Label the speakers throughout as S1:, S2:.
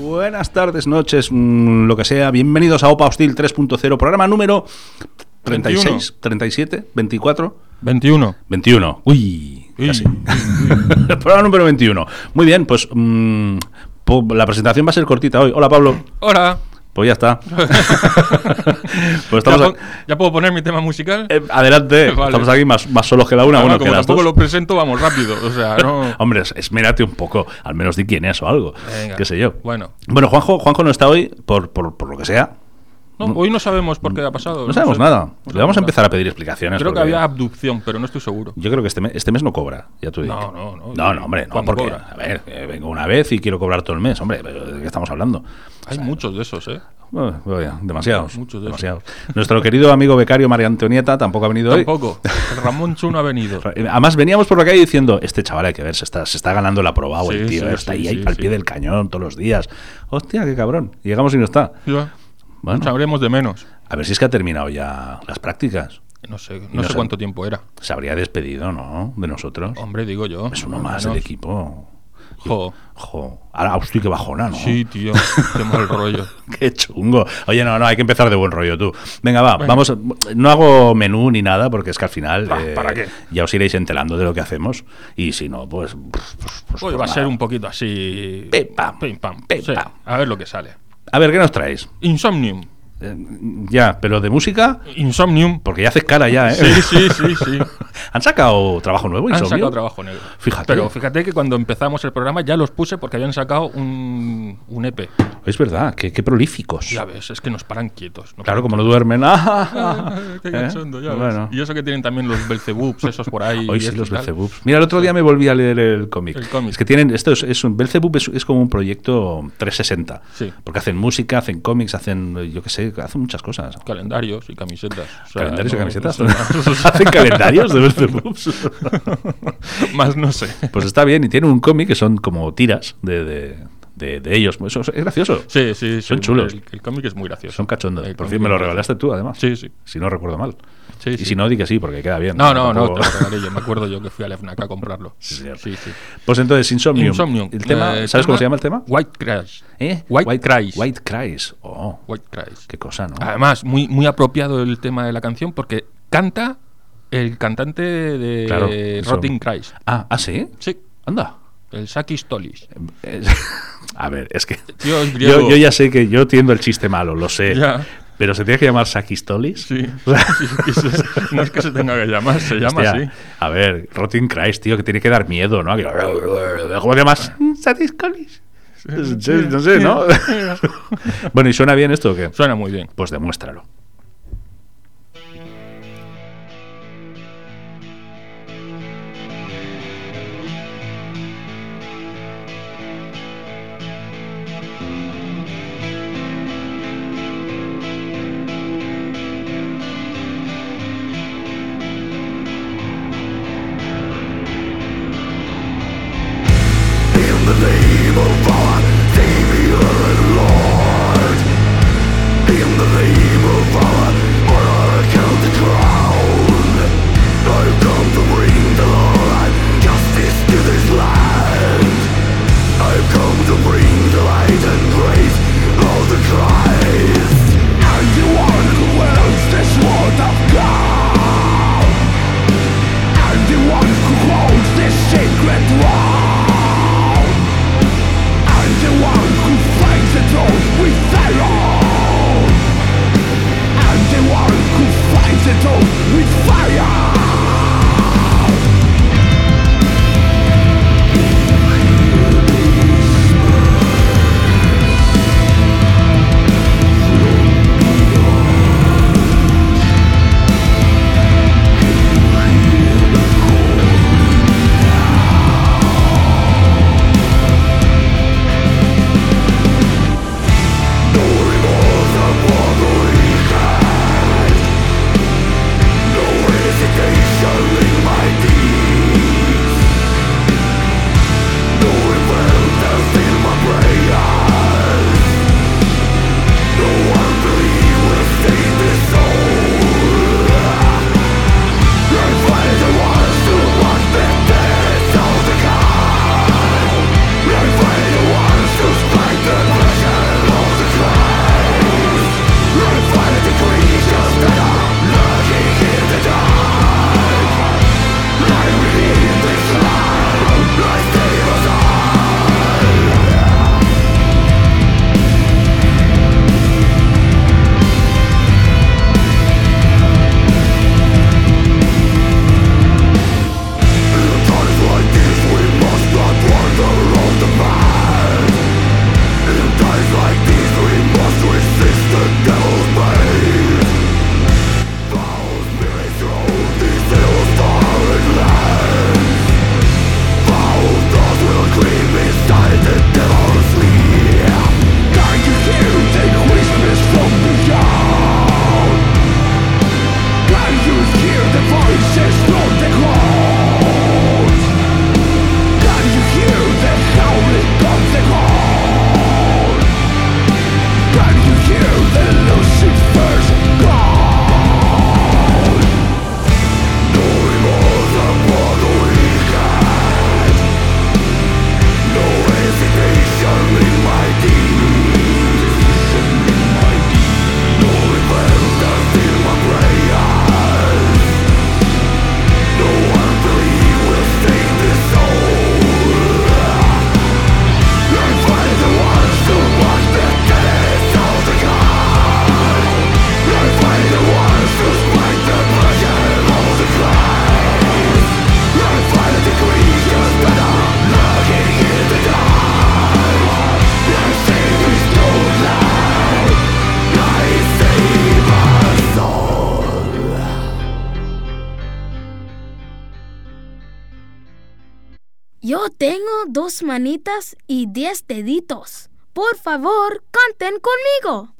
S1: Buenas tardes, noches, mm, lo que sea. Bienvenidos a OPA Hostil 3.0, programa número 36, 37, 24,
S2: 21.
S1: 21. Uy,
S2: Uy,
S1: casi.
S2: uy, uy.
S1: programa número 21. Muy bien, pues mm, po- la presentación va a ser cortita hoy. Hola, Pablo.
S2: Hola.
S1: Pues ya está. pues
S2: ¿Ya,
S1: estamos
S2: pon-
S1: a-
S2: ya puedo poner mi tema musical?
S1: eh, adelante,
S2: Vale.
S1: estamos aquí más, más solos que la una. bueno,
S2: Además,
S1: que
S2: como
S1: las
S2: tampoco
S1: dos.
S2: lo presento, vamos rápido. O sea, no.
S1: Hombre, es- esmérate un poco, al menos di quién es o algo.
S2: Venga.
S1: Qué sé yo.
S2: Bueno.
S1: Bueno, Juanjo, Juanjo no está hoy por, por, por lo que sea.
S2: No, hoy no sabemos por qué ha pasado.
S1: No sabemos
S2: sé.
S1: nada.
S2: No
S1: Le vamos
S2: sabemos
S1: a empezar
S2: nada.
S1: a pedir explicaciones.
S2: Creo que
S1: porque
S2: había abducción, pero no estoy seguro.
S1: Yo creo que este mes, este mes no cobra, ya tú dices.
S2: No, no, no.
S1: No, no, hombre, no,
S2: ¿Cuándo
S1: porque,
S2: cobra?
S1: a ver, eh, vengo una vez y quiero cobrar todo el mes, hombre, pero ¿de qué estamos hablando?
S2: Hay muchos de esos, ¿eh?
S1: Bueno, vaya, demasiados,
S2: Muchos de
S1: demasiados. Nuestro querido amigo becario María Antonieta tampoco ha venido hoy.
S2: Tampoco. El Ramón Chun ha venido.
S1: Además, veníamos por la calle diciendo: Este chaval hay que ver, se está, se está ganando la probado el
S2: Sí,
S1: tío,
S2: sí,
S1: eh, está
S2: sí,
S1: ahí, ahí
S2: sí,
S1: al
S2: sí.
S1: pie del cañón todos los días. Hostia, qué cabrón. Y Llegamos y no está.
S2: Ya,
S1: Bueno,
S2: Sabremos de menos.
S1: a ver si es que ha terminado ya las prácticas.
S2: No sé, no,
S1: no
S2: sé
S1: sab-
S2: cuánto tiempo era.
S1: Se habría despedido, ¿no? De nosotros.
S2: Hombre, digo yo.
S1: Es uno
S2: al
S1: más
S2: menos.
S1: del equipo.
S2: Jo.
S1: Jo, ahora hostia, qué bajona, ¿no?
S2: Sí, tío. Qué mal rollo.
S1: Qué chungo. Oye, no, no, hay que empezar de buen rollo tú. Venga, va, vamos. a- no hago menú ni nada porque es que al final
S2: Ah,
S1: eh,
S2: ¿para qué?
S1: ya os iréis enterando de lo que hacemos y si no, pues... pues, pues, pues,
S2: Hoy va a
S1: nada.
S2: ser un poquito así.
S1: Pim, pam.
S2: Pim, pam.
S1: Pim,
S2: Sí,
S1: pam.
S2: A ver lo que sale.
S1: A ver, ¿qué nos traéis?
S2: Insomnium.
S1: Eh, ya, pero de música,
S2: Insomnium.
S1: porque ya haces cara ya, ¿eh?
S2: Sí, sí, sí, sí.
S1: ¿Han sacado trabajo nuevo,
S2: Han
S1: Insomnio?
S2: sacado trabajo negro.
S1: Fíjate.
S2: Pero fíjate que cuando empezamos el programa ya los puse porque habían sacado un, un EP.
S1: Es verdad, qué, qué prolíficos.
S2: Ya ves, es que nos paran quietos.
S1: Claro,
S2: nos paran
S1: como no duermen.
S2: quietos. Qué cachondo,
S1: ¿Eh?
S2: ya ves.
S1: Bueno.
S2: Y eso que tienen también los Belzebubs, esos por ahí.
S1: Hoy
S2: y
S1: sí
S2: esto
S1: los
S2: y tal.
S1: Belzebubs. Mira, el otro día me volví a leer el cómic.
S2: El cómic.
S1: Es que tienen, esto es, es un Belzebub es, es como un proyecto 360.
S2: Sí.
S1: Porque hacen música, hacen cómics, hacen, eh, yo qué sé, hacen muchas cosas.
S2: Calendarios y camisetas. O sea,
S1: calendarios y
S2: no-
S1: camisetas.
S2: no sé más.
S1: hacen calendarios de Belzebubs.
S2: Más no sé.
S1: pues está bien, y tienen un cómic que son como tiras de, de, de- de ellos. Eso es es gracioso.
S2: Sí, sí, sí,
S1: Son chulos.
S2: El, el cómic es muy gracioso.
S1: Son cachondos.
S2: El
S1: Por
S2: cómic
S1: fin me
S2: es
S1: lo
S2: muy
S1: regalaste tú, además.
S2: gracioso. Sí, sí.
S1: Si no recuerdo mal.
S2: Sí,
S1: y
S2: sí.
S1: si no, di que sí, porque queda bien.
S2: No, no, no,
S1: Tampoco-
S2: te lo regalé yo. Me acuerdo yo que fui al FNAC a comprarlo.
S1: Sí, señor.
S2: Sí, sí.
S1: Pues entonces, Insomnium.
S2: Insomnium.
S1: El tema,
S2: Eh,
S1: ¿Sabes cómo
S2: tema-
S1: se llama el tema?
S2: White Crash.
S1: ¿Eh?
S2: White, Crash. White,
S1: White Cries. Oh,
S2: Crash.
S1: qué cosa, ¿no?
S2: Además, muy, muy apropiado el tema de la canción porque canta el cantante de
S1: Claro, eso.
S2: Rotting Crash.
S1: ah, ¿ah, sí.
S2: Sí,
S1: Anda.
S2: el Saki Stolis.
S1: Es- a ver, es que.
S2: Tío, es griego.
S1: Yo, yo ya sé que yo tiendo el chiste malo, lo sé.
S2: Ya.
S1: Pero se tiene que llamar Sakistolis.
S2: Sí.
S1: O sea,
S2: Sí, que se- no es que se tenga que llamar, se llama
S1: hostia,
S2: así.
S1: A ver, Rotting Christ, tío, que tiene que dar miedo, ¿no? Que- ¿Cómo te llamas? Sakistolis. Sí, No sé, ¿no? bueno, ¿y suena bien esto o qué?
S2: Suena muy bien.
S1: Pues demuéstralo.
S3: Secret wall. I'm the Yo tengo dos manitas y diez deditos. Por favor, canten conmigo.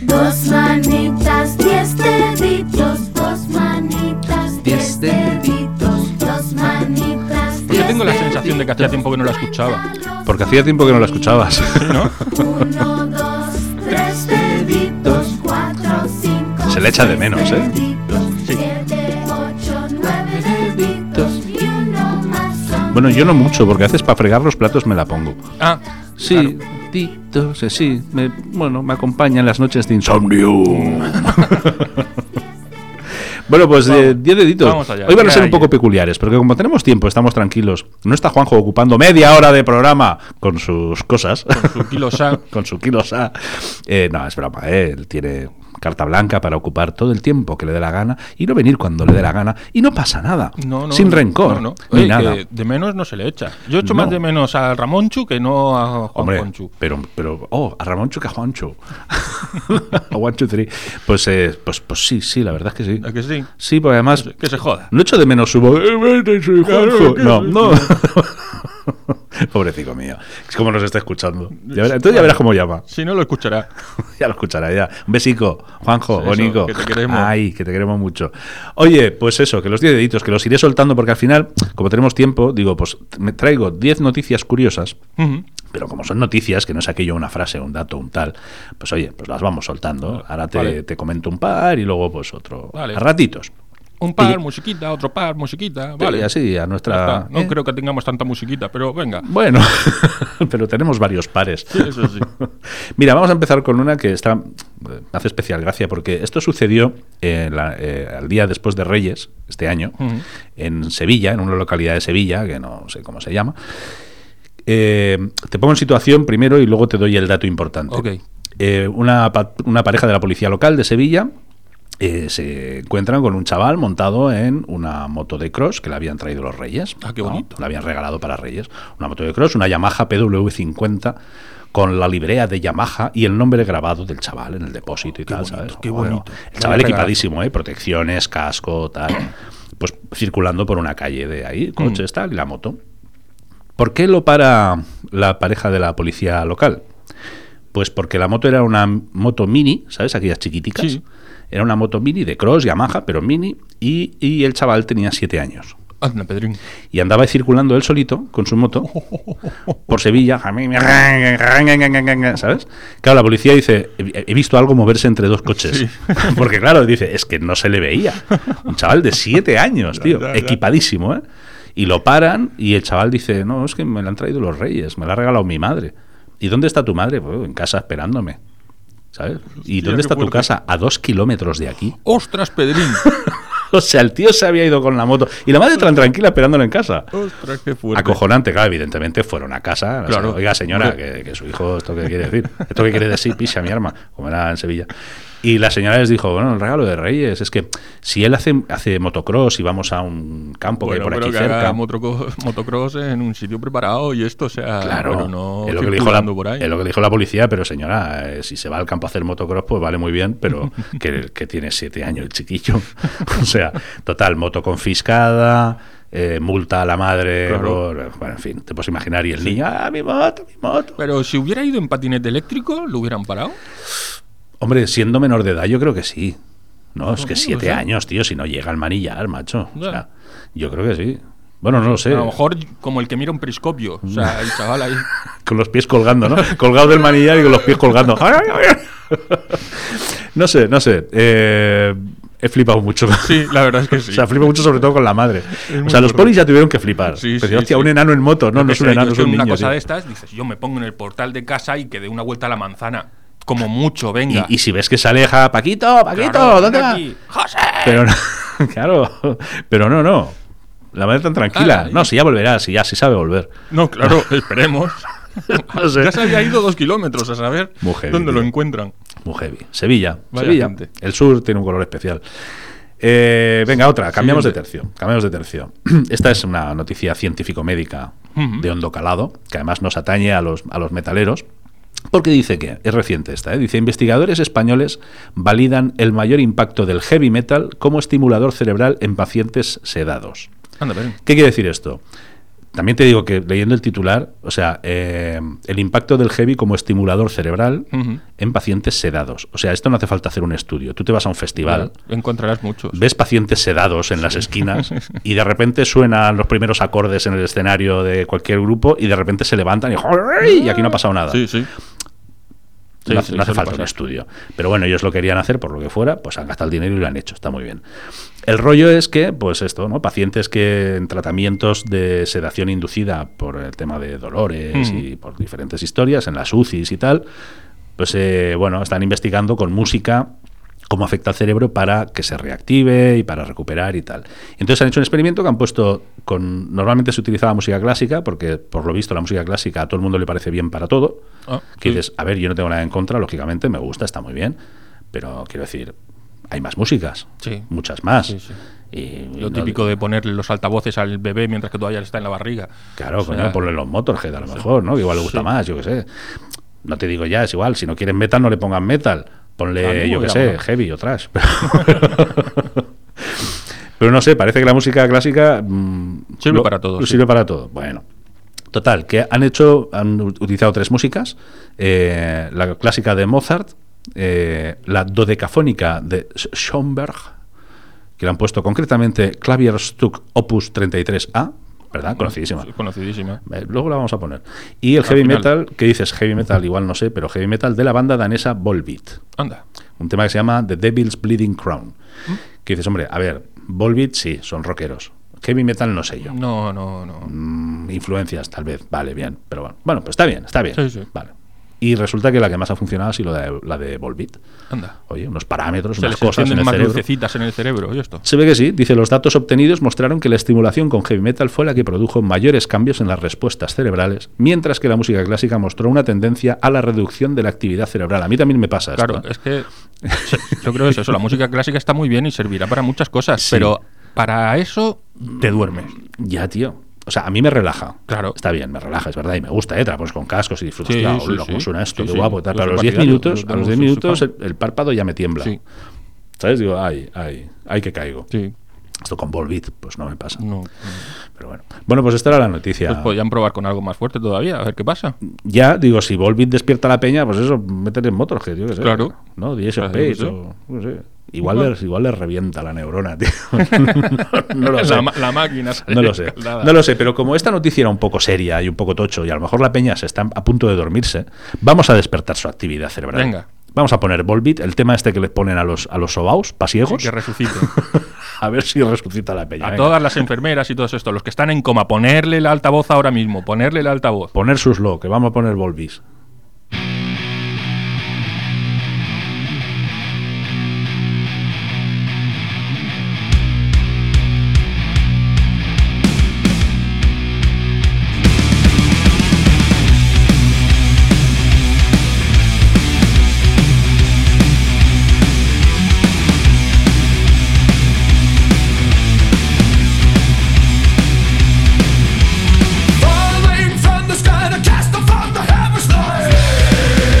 S3: Dos manitas, diez deditos, dos manitas,
S4: Diez deditos.
S3: dos manitas.
S2: Yo tengo la sensación de que hacía tiempo que no la escuchaba.
S1: Porque hacía tiempo que no la escuchabas.
S2: ¿No?
S3: Uno, dos, tres deditos, cuatro, cinco.
S1: Se le echa de menos, ¿eh?
S2: Sí.
S3: Siete, ocho, nueve deditos y uno más.
S1: Bueno, yo no mucho, porque a veces para fregar los platos me la pongo.
S2: Ah,
S1: Sí, Tito, sí, sí. Me, bueno, me acompaña en las noches de insomnio. bueno, pues
S2: Vamos.
S1: eh, diez deditos.
S2: Vamos allá.
S1: Hoy van a ser
S2: ¿Qué
S1: un poco
S2: hay?
S1: peculiares, porque como tenemos tiempo, estamos tranquilos. No está Juanjo ocupando media hora de programa con sus cosas,
S2: con su kilo sa.
S1: con su kilosa. Eh, no, es broma, eh, él tiene carta blanca para ocupar todo el tiempo que le dé la gana y no venir cuando le dé la gana. Y no pasa nada.
S2: No, no,
S1: sin
S2: no,
S1: rencor,
S2: no, no.
S1: ni
S2: Oye,
S1: nada.
S2: que de menos no se le echa. Yo echo
S1: No.
S2: más de menos a Ramonchu que no a Juan
S1: Hombre,
S2: Conchu.
S1: pero, pero, oh, a Ramoncho que a Juancho. a Juancho Tri. Pues, eh, pues, pues sí, sí, la verdad es que sí.
S2: ¿A que sí?
S1: Sí, porque además,
S2: Que se joda.
S1: no echo de menos su voz. "Eh, vete, soy Juanjo". No,
S2: Claro,
S1: no. Pobrecito mío. Es como nos está escuchando. Ya verás- entonces ya verás cómo llama.
S2: Si no lo escuchará.
S1: Ya lo escuchará, ya. Un besico, Juanjo,
S2: Eso,
S1: Bonico.
S2: que te queremos.
S1: Ay, que te queremos mucho. Oye, pues eso, que los 10 deditos, que los iré soltando porque al final, como tenemos tiempo, digo, pues me traigo 10 noticias curiosas.
S2: Ujú.
S1: Pero como son noticias, que no es aquello una frase, un dato, un tal, pues oye, pues las vamos soltando. Ahora te,
S2: Vale.
S1: te comento un par y luego pues otro.
S2: Vale.
S1: A ratitos.
S2: Un par, musiquita, otro par, musiquita. Vale.
S1: Vale, así a
S2: Ya
S1: nuestra...
S2: está. No
S1: ¿eh?
S2: creo que tengamos tanta musiquita, pero venga.
S1: Bueno, pero tenemos varios pares.
S2: Sí, eso sí.
S1: Mira, vamos a empezar con una que está eh, me hace especial gracia porque esto sucedió eh, la- eh, al día después de Reyes, este año,
S2: Ujú.
S1: en Sevilla, en una localidad de Sevilla, que no sé cómo se llama. Eh, te pongo en situación primero y luego te doy el dato importante.
S2: Ok.
S1: Eh, una, pa- una pareja de la policía local de Sevilla eh, se encuentran con un chaval montado en una moto de cross que le habían traído los Reyes.
S2: Ah, qué
S1: ¿no?
S2: bonito.
S1: La habían regalado para Reyes. Una moto de cross, una Yamaha PW50 con la librea de Yamaha y el nombre grabado del chaval en el depósito y tal,
S2: bonito,
S1: ¿sabes?
S2: qué
S1: Bueno,
S2: bonito.
S1: El chaval
S2: Vaya regalo.
S1: equipadísimo, ¿eh? Protecciones, casco, tal. Pues circulando por una calle de ahí,
S2: Mm.
S1: coches, tal, y la moto. ¿Por qué lo para la pareja de la policía local? Pues porque la moto era una moto mini, ¿sabes? Aquellas chiquiticas.
S2: Sí.
S1: Era una moto mini de cross, Yamaha, pero mini. Y, y el chaval tenía siete años.
S2: Anda, Pedrín.
S1: Y andaba circulando él solito con su moto por Sevilla. ¿Sabes? Claro, la policía dice: He he visto algo moverse entre dos coches.
S2: Sí.
S1: Porque, claro, dice: Es que no se le veía. Un chaval de siete años, tío.
S2: Ya, ya, ya.
S1: Equipadísimo, ¿eh? Y lo paran y el chaval dice: No, es que me la han traído los reyes. Me la ha regalado mi madre. ¿Y dónde está tu madre? "Pues, en casa esperándome. ¿Sabes? ¿Y
S2: Hostia,
S1: dónde
S2: qué
S1: está tu
S2: fuerte.
S1: casa? A dos kilómetros de aquí.
S2: ¡Ostras, Pedrín!
S1: O sea, el tío se había ido con la moto. Y la madre tan tranquila esperándolo en casa.
S2: ¡Ostras, qué fuerte!
S1: Acojonante, claro, evidentemente fueron a casa.
S2: Claro.
S1: Oiga, señora,
S2: Hombre.
S1: que, que su hijo, ¿esto qué quiere decir? ¿Esto qué quiere decir? Picha mi arma, como era en Sevilla. Y la señora les dijo, bueno, el regalo de Reyes es que si él hace, hace motocross y vamos a un campo
S2: Bueno,
S1: que hay por
S2: pero
S1: aquí
S2: que haga
S1: cerca...
S2: motoco- motocross en un sitio preparado y esto, o sea,
S1: Claro,
S2: pero Ah, no
S1: es, lo que le dijo la,
S2: circulando por ahí.
S1: es lo que le dijo la policía, pero señora, eh, si se va al campo a hacer motocross, pues vale muy bien, pero que, que tiene siete años el chiquillo. o sea, total, moto confiscada, eh, multa a la madre,
S2: Claro.
S1: por- bueno, en fin, te puedes imaginar, y el niño, ah, mi moto, mi moto.
S2: Pero si hubiera ido en patinete eléctrico, ¿lo hubieran parado?
S1: Hombre, siendo menor de edad, yo creo que sí. No, es que
S2: no
S1: siete
S2: sé.
S1: años, tío, si no llega al manillar, macho. O
S2: Ya.
S1: sea, yo creo que sí. Bueno, no lo sé.
S2: A lo mejor como el que mira un periscopio. O sea, el chaval ahí.
S1: Con los pies colgando, ¿no? Colgado del manillar y con los pies colgando. No sé, no sé. Eh, he flipado mucho.
S2: Sí, la verdad es que sí.
S1: O sea, flipo mucho sobre todo con la madre. O
S2: muy
S1: sea, los
S2: duro.
S1: polis ya tuvieron que flipar.
S2: Sí,
S1: Pero,
S2: sí,
S1: hostia,
S2: sí.
S1: un enano en moto. No, no es un
S2: Yo
S1: enano, es
S2: sé,
S1: un niño.
S2: una cosa
S1: tío.
S2: de estas, dices, yo me pongo en el portal de casa y que dé una vuelta a la manzana. Como mucho, venga.
S1: Y, y si ves que se aleja, Paquito, Paquito,
S2: Claro,
S1: ¿dónde
S2: ven
S1: vas?
S2: aquí. ¡José!
S1: Pero no- claro, pero no, no. La madre tan tranquila.
S2: Ah,
S1: no, si ya volverá, si ya sí sabe volver.
S2: No, claro, esperemos.
S1: No sé.
S2: Ya se había ido dos kilómetros a saber
S1: Mujer,
S2: dónde
S1: tío.
S2: lo encuentran.
S1: Muy heavy. Sevilla,
S2: Vaya
S1: Sevilla.
S2: gente.
S1: El sur tiene un color especial. Eh, venga, otra. Cambiamos de
S2: Siguiente.
S1: tercio. Cambiamos de tercio. Esta es una noticia científico-médica
S2: Ujú.
S1: de hondo calado, que además nos atañe a los, a los metaleros. Porque dice que, es reciente esta, ¿eh? dice, investigadores españoles validan el mayor impacto del heavy metal como estimulador cerebral en pacientes sedados.
S2: Anda, pero.
S1: ¿Qué quiere decir esto? También te digo que leyendo el titular, o sea, eh, el impacto del heavy como estimulador cerebral
S2: Ujú.
S1: en pacientes sedados. O sea, esto no hace falta hacer un estudio. Tú te vas a un festival,
S2: Encontrarás muchos.
S1: ves pacientes sedados en las esquinas y de repente suenan los primeros acordes en el escenario de cualquier grupo y de repente se levantan y, ¡joder! y aquí no ha pasado nada.
S2: Sí, sí. Sí,
S1: no,
S2: sí,
S1: no hace
S2: suele
S1: falta un
S2: pasar.
S1: estudio. Pero bueno, ellos lo querían hacer por lo que fuera, pues han gastado el dinero y lo han hecho, está muy bien. El rollo es que, pues esto, ¿no? Pacientes que en tratamientos de sedación inducida por el tema de dolores
S2: Mm.
S1: y por diferentes historias, en las UCIs y tal, pues eh, bueno, están investigando con música cómo afecta al cerebro para que se reactive y para recuperar y tal. Entonces han hecho un experimento que han puesto con... Normalmente se utilizaba música clásica, porque por lo visto la música clásica a todo el mundo le parece bien para todo.
S2: Ah,
S1: Que
S2: sí.
S1: dices, a ver, yo no tengo nada en contra, lógicamente me gusta, está muy bien, pero quiero decir, hay más músicas,
S2: Sí.
S1: muchas más.
S2: Sí, sí.
S1: Y- y
S2: Lo
S1: no-
S2: típico de ponerle los altavoces al bebé mientras que todavía está en la barriga.
S1: Claro,
S2: O sea,
S1: coño, ponle los Motorhead a lo mejor, ¿no? Que Igual le gusta
S2: sí.
S1: más, yo qué sé. No te digo ya, es igual, si no quieres metal, no le pongas metal.
S2: Ah, no,
S1: Ponle, yo qué
S2: ya,
S1: sé,
S2: bueno.
S1: heavy o trash. Pero no sé, parece que la música clásica... mm,
S2: Sirve para todo, sí.
S1: Sirve para todo, bueno. Total, que han hecho, han u- utilizado tres músicas, eh, la clásica de Mozart, eh, la dodecafónica de Sch- Schoenberg, que le han puesto concretamente Klavierstück Opus 33A, ¿verdad? Conocidísima.
S2: Sí, Conocidísima.
S1: Eh, Luego la vamos a poner. Y el
S2: Al
S1: heavy
S2: final.
S1: metal, que dices heavy metal, igual no sé, pero heavy metal de la banda danesa Volbeat.
S2: Anda.
S1: Un tema que se llama The Devil's Bleeding Crown.
S2: ¿Mm?
S1: Que dices, hombre, a ver, Volbeat sí, son rockeros. Heavy metal no sé yo.
S2: No, no, no.
S1: Mm, influencias, tal vez. Vale, bien. Pero bueno, bueno pues está bien, está bien.
S2: Sí, sí.
S1: Vale. Y resulta que la que más ha funcionado ha sido la de, la de Volbeat.
S2: Anda.
S1: Oye, unos parámetros,
S2: Se
S1: unas
S2: les
S1: cosas en
S2: encienden
S1: el
S2: más
S1: cerebro.
S2: lucecitas en el cerebro y esto.
S1: Se ve que sí, dice los datos obtenidos mostraron que la estimulación con heavy metal fue la que produjo mayores cambios en las respuestas cerebrales, mientras que la música clásica mostró una tendencia a la reducción de la actividad cerebral. A mí también me pasa
S2: Claro,
S1: esto. ¿eh?
S2: es que se- yo creo que es eso. La música clásica está muy bien y servirá para muchas cosas,
S1: Sí.
S2: pero para eso te duermes.
S1: Ya, tío. O sea, a mí me relaja.
S2: Claro.
S1: Está bien, me relaja, es verdad, y me gusta, ¿eh? Te la pones con cascos y disfrutas.
S2: Sí,
S1: claro,
S2: sí,
S1: lo-
S2: sí.
S1: cómo suena esto,
S2: Sí,
S1: qué
S2: sí.
S1: guapo, tal.
S2: Yo
S1: Pero a
S2: soy
S1: los 10
S2: partidario,
S1: minutos,
S2: yo
S1: a los
S2: soy
S1: 10 minutos el,
S2: fan.
S1: el párpado ya me tiembla.
S2: Sí,
S1: ¿Sabes? Digo, ay, ay, ay que caigo.
S2: sí.
S1: Esto con Volbeat, pues no me pasa.
S2: No.
S1: Pero bueno. Bueno, pues esta era la noticia.
S2: Pues podían probar con algo más fuerte todavía, a ver qué pasa.
S1: Ya, digo, si Volbeat despierta a la peña, pues eso, métele en Motorhead, yo qué sé.
S2: Claro.
S1: ¿No? The Ace of
S2: Claro, yo qué
S1: Spades
S2: sé.
S1: o no sé. Igual,
S2: Igual.
S1: Les, igual les revienta la neurona, tío. no, no lo sé.
S2: La, ma- la máquina. sale
S1: No lo sé.
S2: escaldada.
S1: No lo sé, pero como esta noticia era un poco seria y un poco tocho, y a lo mejor la peña se está a punto de dormirse, vamos a despertar su actividad cerebral.
S2: Venga.
S1: Vamos a poner Volbeat, el tema este que les ponen a los, a los sobaos, pasiegos,
S2: Que resucite.
S1: a ver si resucita la peña.
S2: A
S1: Venga.
S2: todas las enfermeras y todo esto, los que están en coma, ponerle el altavoz ahora mismo, ponerle el altavoz.
S1: Poner sus lo, que vamos a poner Volbeat.
S5: Falling from the sky to cast upon the hammer's light.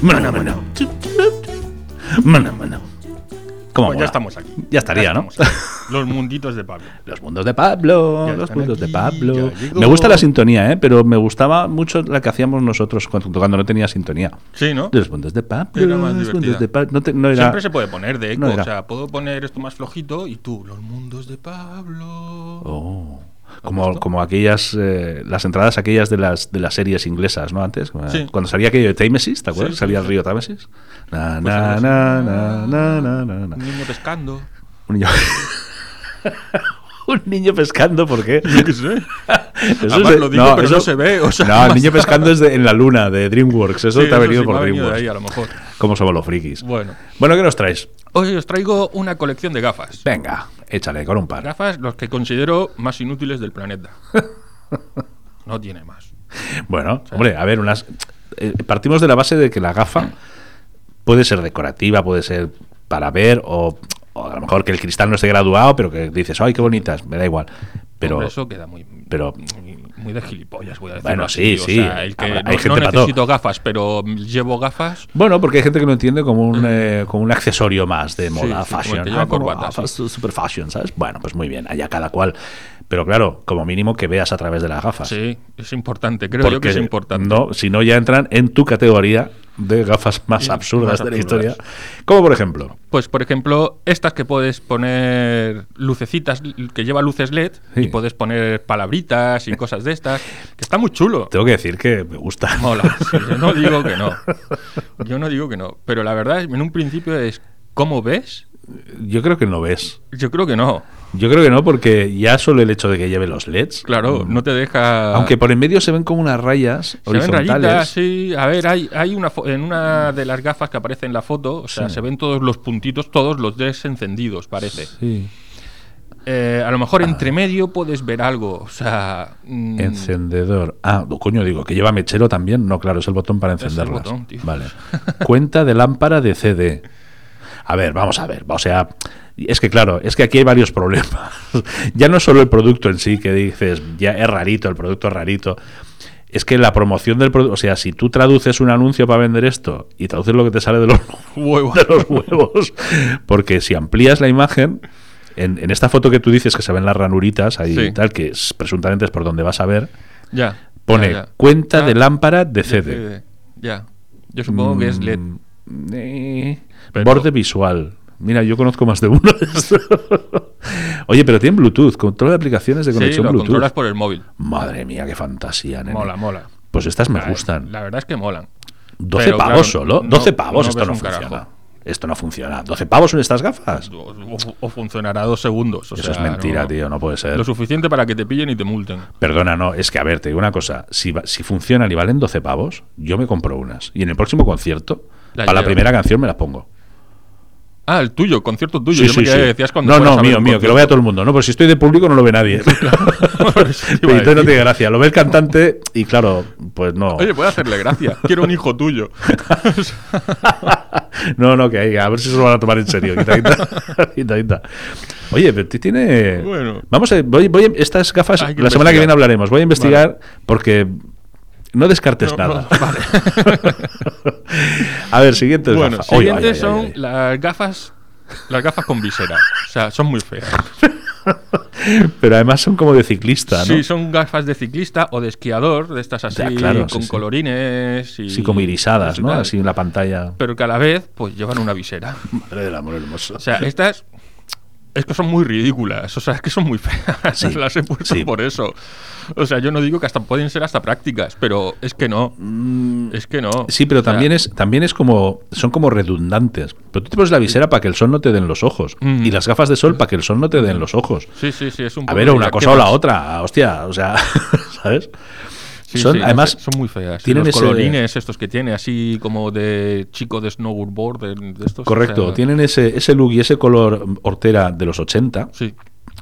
S1: Mano, mano. Mano, mano. ¿Cómo
S2: Pues
S1: mola?
S2: ya estamos aquí.
S1: Ya estaría, ¿no?
S2: estamos aquí. Los munditos de Pablo.
S1: Los mundos de Pablo,
S2: Ya
S1: los
S2: están
S1: mundos
S2: aquí,
S1: de Pablo.
S2: ya llegó.
S1: Me gusta la sintonía, ¿eh? pero me gustaba mucho la que hacíamos nosotros cuando, cuando no tenía sintonía.
S2: Sí, ¿no?
S1: De los mundos de Pablo,
S2: Era más
S1: los mundos
S2: divertida.
S1: de Pablo. No, te- no era...
S2: Siempre se puede poner de eco.
S1: no era.
S2: o sea, puedo poner esto más flojito y tú, los mundos de Pablo.
S1: Oh. Como, como aquellas, eh, las entradas aquellas de las, de las series inglesas, ¿no? Antes, como-
S2: Sí.
S1: cuando salía aquello de Támesis, ¿te acuerdas?
S2: Sí, sí,
S1: salía el
S2: sí.
S1: río Támesis. Na,
S2: Pues
S1: na,
S2: algo así.
S1: na, na, na, na, na, na.
S2: Un niño pescando.
S1: Un niño, Un niño pescando, ¿por qué?
S2: qué sé.
S1: Eso
S2: Además,
S1: es-
S2: lo digo, pero no se ve, o sea,
S1: no, el
S2: no
S1: niño
S2: está-
S1: pescando es de- en la luna de DreamWorks. Eso
S2: Sí,
S1: te ha venido
S2: sí, me
S1: por
S2: ha venido de
S1: DreamWorks.
S2: ahí a lo mejor.
S1: ¿Cómo somos los frikis?
S2: Bueno,
S1: Bueno, ¿qué nos traes?
S2: hoy os traigo una colección de gafas.
S1: Venga, échale con un par.
S2: Gafas, los que considero más inútiles del planeta. No tiene más.
S1: Bueno, hombre, a ver, unas. eh, partimos de la base de que la gafa puede ser decorativa, puede ser para ver, o, o a lo mejor que el cristal no esté graduado, pero que dices, ¡ay, qué bonitas! Me da igual. Pero.
S2: Hombre, eso queda muy,
S1: pero-
S2: muy, muy de gilipollas, voy a decir.
S1: Bueno, sí, sí.
S2: el que
S1: Habrá-
S2: no,
S1: hay gente
S2: no
S1: para todo.
S2: necesito gafas, pero llevo gafas.
S1: Bueno, porque hay gente que lo entiende como un, eh, como un accesorio más de
S2: Mm. Sí,
S1: moda,
S2: sí, como el
S1: fashion.
S2: que lleva
S1: Ah, como,
S2: corbata,
S1: ah,
S2: sí.
S1: fa- su- super fashion, ¿sabes? Bueno, pues muy bien, allá cada cual. Pero claro, como mínimo que veas a través de las gafas.
S2: Sí, es importante. Creo yo
S1: Porque
S2: que es importante.
S1: No, si no, ya entran en tu categoría de gafas más
S2: Y
S1: absurdas
S2: más
S1: de la
S2: absurdas.
S1: historia. Como por ejemplo,
S2: Pues, por ejemplo, estas que puedes poner lucecitas, l- que lleva luces LED,
S1: Sí.
S2: y puedes poner palabritas y cosas de estas, que está muy chulo.
S1: tengo que decir que me gusta.
S2: Mola. Sí, Yo no digo que no. Yo no digo que no. Pero la verdad, en un principio es, ¿cómo ves?
S1: Yo creo que no ves.
S2: Yo creo que no.
S1: Yo creo que no, porque ya solo el hecho de que lleve los LEDs.
S2: Claro,
S1: mm,
S2: no te deja...
S1: Aunque por en medio se ven como unas rayas
S2: Se ven
S1: horizontales.
S2: rayitas, sí. A ver, hay, hay una fo- en una de las gafas que aparece en la foto, o sea,
S1: Sí.
S2: se ven todos los puntitos, todos los desencendidos, parece.
S1: Sí.
S2: Eh, a lo mejor entre
S1: Ah.
S2: medio puedes ver algo, o sea... mm,
S1: Encendedor. Ah, no, coño, digo, que lleva mechero también. No, claro, es el botón para
S2: el
S1: encenderlas.
S2: botón, tío.
S1: Vale. Cuenta de lámpara de CD. A ver, vamos a ver. O sea, es que claro, es que aquí hay varios problemas. ya no es solo el producto en sí, que dices, ya es rarito, el producto es rarito. Es que la promoción del producto, o sea, si tú traduces un anuncio para vender esto y traduces lo que te sale de los,
S2: Huevo.
S1: de los huevos, porque si amplías la imagen, en, en esta foto que tú dices que se ven las ranuritas ahí
S2: Sí.
S1: y tal, que es- presuntamente es por donde vas a ver,
S2: Ya.
S1: Pone
S2: ya, ya.
S1: cuenta de
S2: Ah,
S1: lámpara de
S2: de
S1: CD.
S2: CD, Ya. Yo supongo que es LED.
S1: Mm, eh,
S2: Pero-
S1: Borde visual. Mira, yo conozco más de uno de estos. Oye, pero tiene Bluetooth, control de aplicaciones de
S2: Sí,
S1: conexión
S2: lo
S1: Bluetooth.
S2: controlas por el móvil.
S1: Madre mía, qué fantasía, nene.
S2: Mola, mola.
S1: Pues estas me
S2: La-
S1: gustan.
S2: La verdad es que molan.
S1: 12
S2: pero,
S1: pavos
S2: claro,
S1: solo.
S2: no-
S1: 12 pavos,
S2: no
S1: esto
S2: ves
S1: no
S2: un
S1: funciona.
S2: carajo.
S1: Esto no funciona. ¿12 pavos son estas gafas?
S2: O, o- o funcionará dos segundos. o
S1: Eso es
S2: sea,
S1: mentira,
S2: no-
S1: tío, no puede ser.
S2: Pues Lo suficiente para que te pillen y te multen.
S1: Perdona, no, es que a ver, te digo una cosa. Si, va- si funcionan y valen 12 pavos, yo me compro unas. Y en el próximo concierto,
S2: La
S1: a la
S2: llevo.
S1: primera canción me las pongo.
S2: Ah, el tuyo, concierto tuyo.
S1: Sí,
S2: Yo
S1: sí,
S2: me quedé
S1: sí.
S2: que decías cuando
S1: no,
S2: fueras
S1: no,
S2: a ver
S1: mío,
S2: un
S1: mío, que lo vea todo el mundo. No, pero si estoy de público no lo ve nadie.
S2: concierto. Eso te
S1: Y entonces
S2: iba a
S1: no
S2: decir.
S1: tiene gracia. Lo ve el cantante y claro, pues no.
S2: Oye, puede hacerle gracia. Quiero un hijo tuyo.
S1: no, no, que hay, a ver si se lo van a tomar en serio. Quita, quita, quita, quita. Oye, pero ti- tiene.
S2: Bueno.
S1: Vamos a. Voy, voy a- estas gafas, la
S2: Hay que
S1: semana que
S2: investigar.
S1: viene hablaremos. Voy a investigar porque. No descartes
S2: No,
S1: nada.
S2: no, vale.
S1: a ver, siguientes
S2: bueno,
S1: gafas. Oye, ay,
S2: siguientes
S1: ay,
S2: son
S1: ay, ay.
S2: las gafas. Las gafas con visera. O sea, son muy feas.
S1: Pero además son como de ciclista, ¿no?
S2: Sí, son gafas de ciclista o de esquiador, de estas así,
S1: Ya, claro, sí,
S2: con
S1: sí.
S2: colorines y.
S1: Sí, como irisadas,
S2: y
S1: ¿no?
S2: tal.
S1: Así en la pantalla.
S2: Pero que a la vez, pues llevan una visera.
S1: Madre del amor hermoso.
S2: O sea, estas. Es que son muy ridículas, o sea, es que son muy feas.
S1: Sí,
S2: Las he puesto
S1: sí.
S2: por eso. O sea, yo no digo que hasta pueden ser hasta prácticas, pero es que no. Es que no.
S1: Mm, Sí, pero
S2: O sea,
S1: también es, también es como, son como redundantes. Pero tú te pones la visera para que el sol no te den los ojos.
S2: Mm.
S1: Y las gafas de sol para que el sol no te den los ojos.
S2: Sí, sí, sí, es un
S1: A
S2: poco
S1: ver, o
S2: de-
S1: una
S2: ¿qué
S1: cosa o la
S2: más? Pues,
S1: otra, hostia, o sea, ¿sabes?
S2: Sí,
S1: Son-
S2: sí, no
S1: además,
S2: sé, son muy feas.
S1: tienen
S2: los
S1: ese-
S2: colorines estos que tiene, así como de chico de snowboard, de, de estos. o
S1: Correcto,
S2: sea,
S1: tienen ese, ese look y ese color hortera de los 80.
S2: Sí.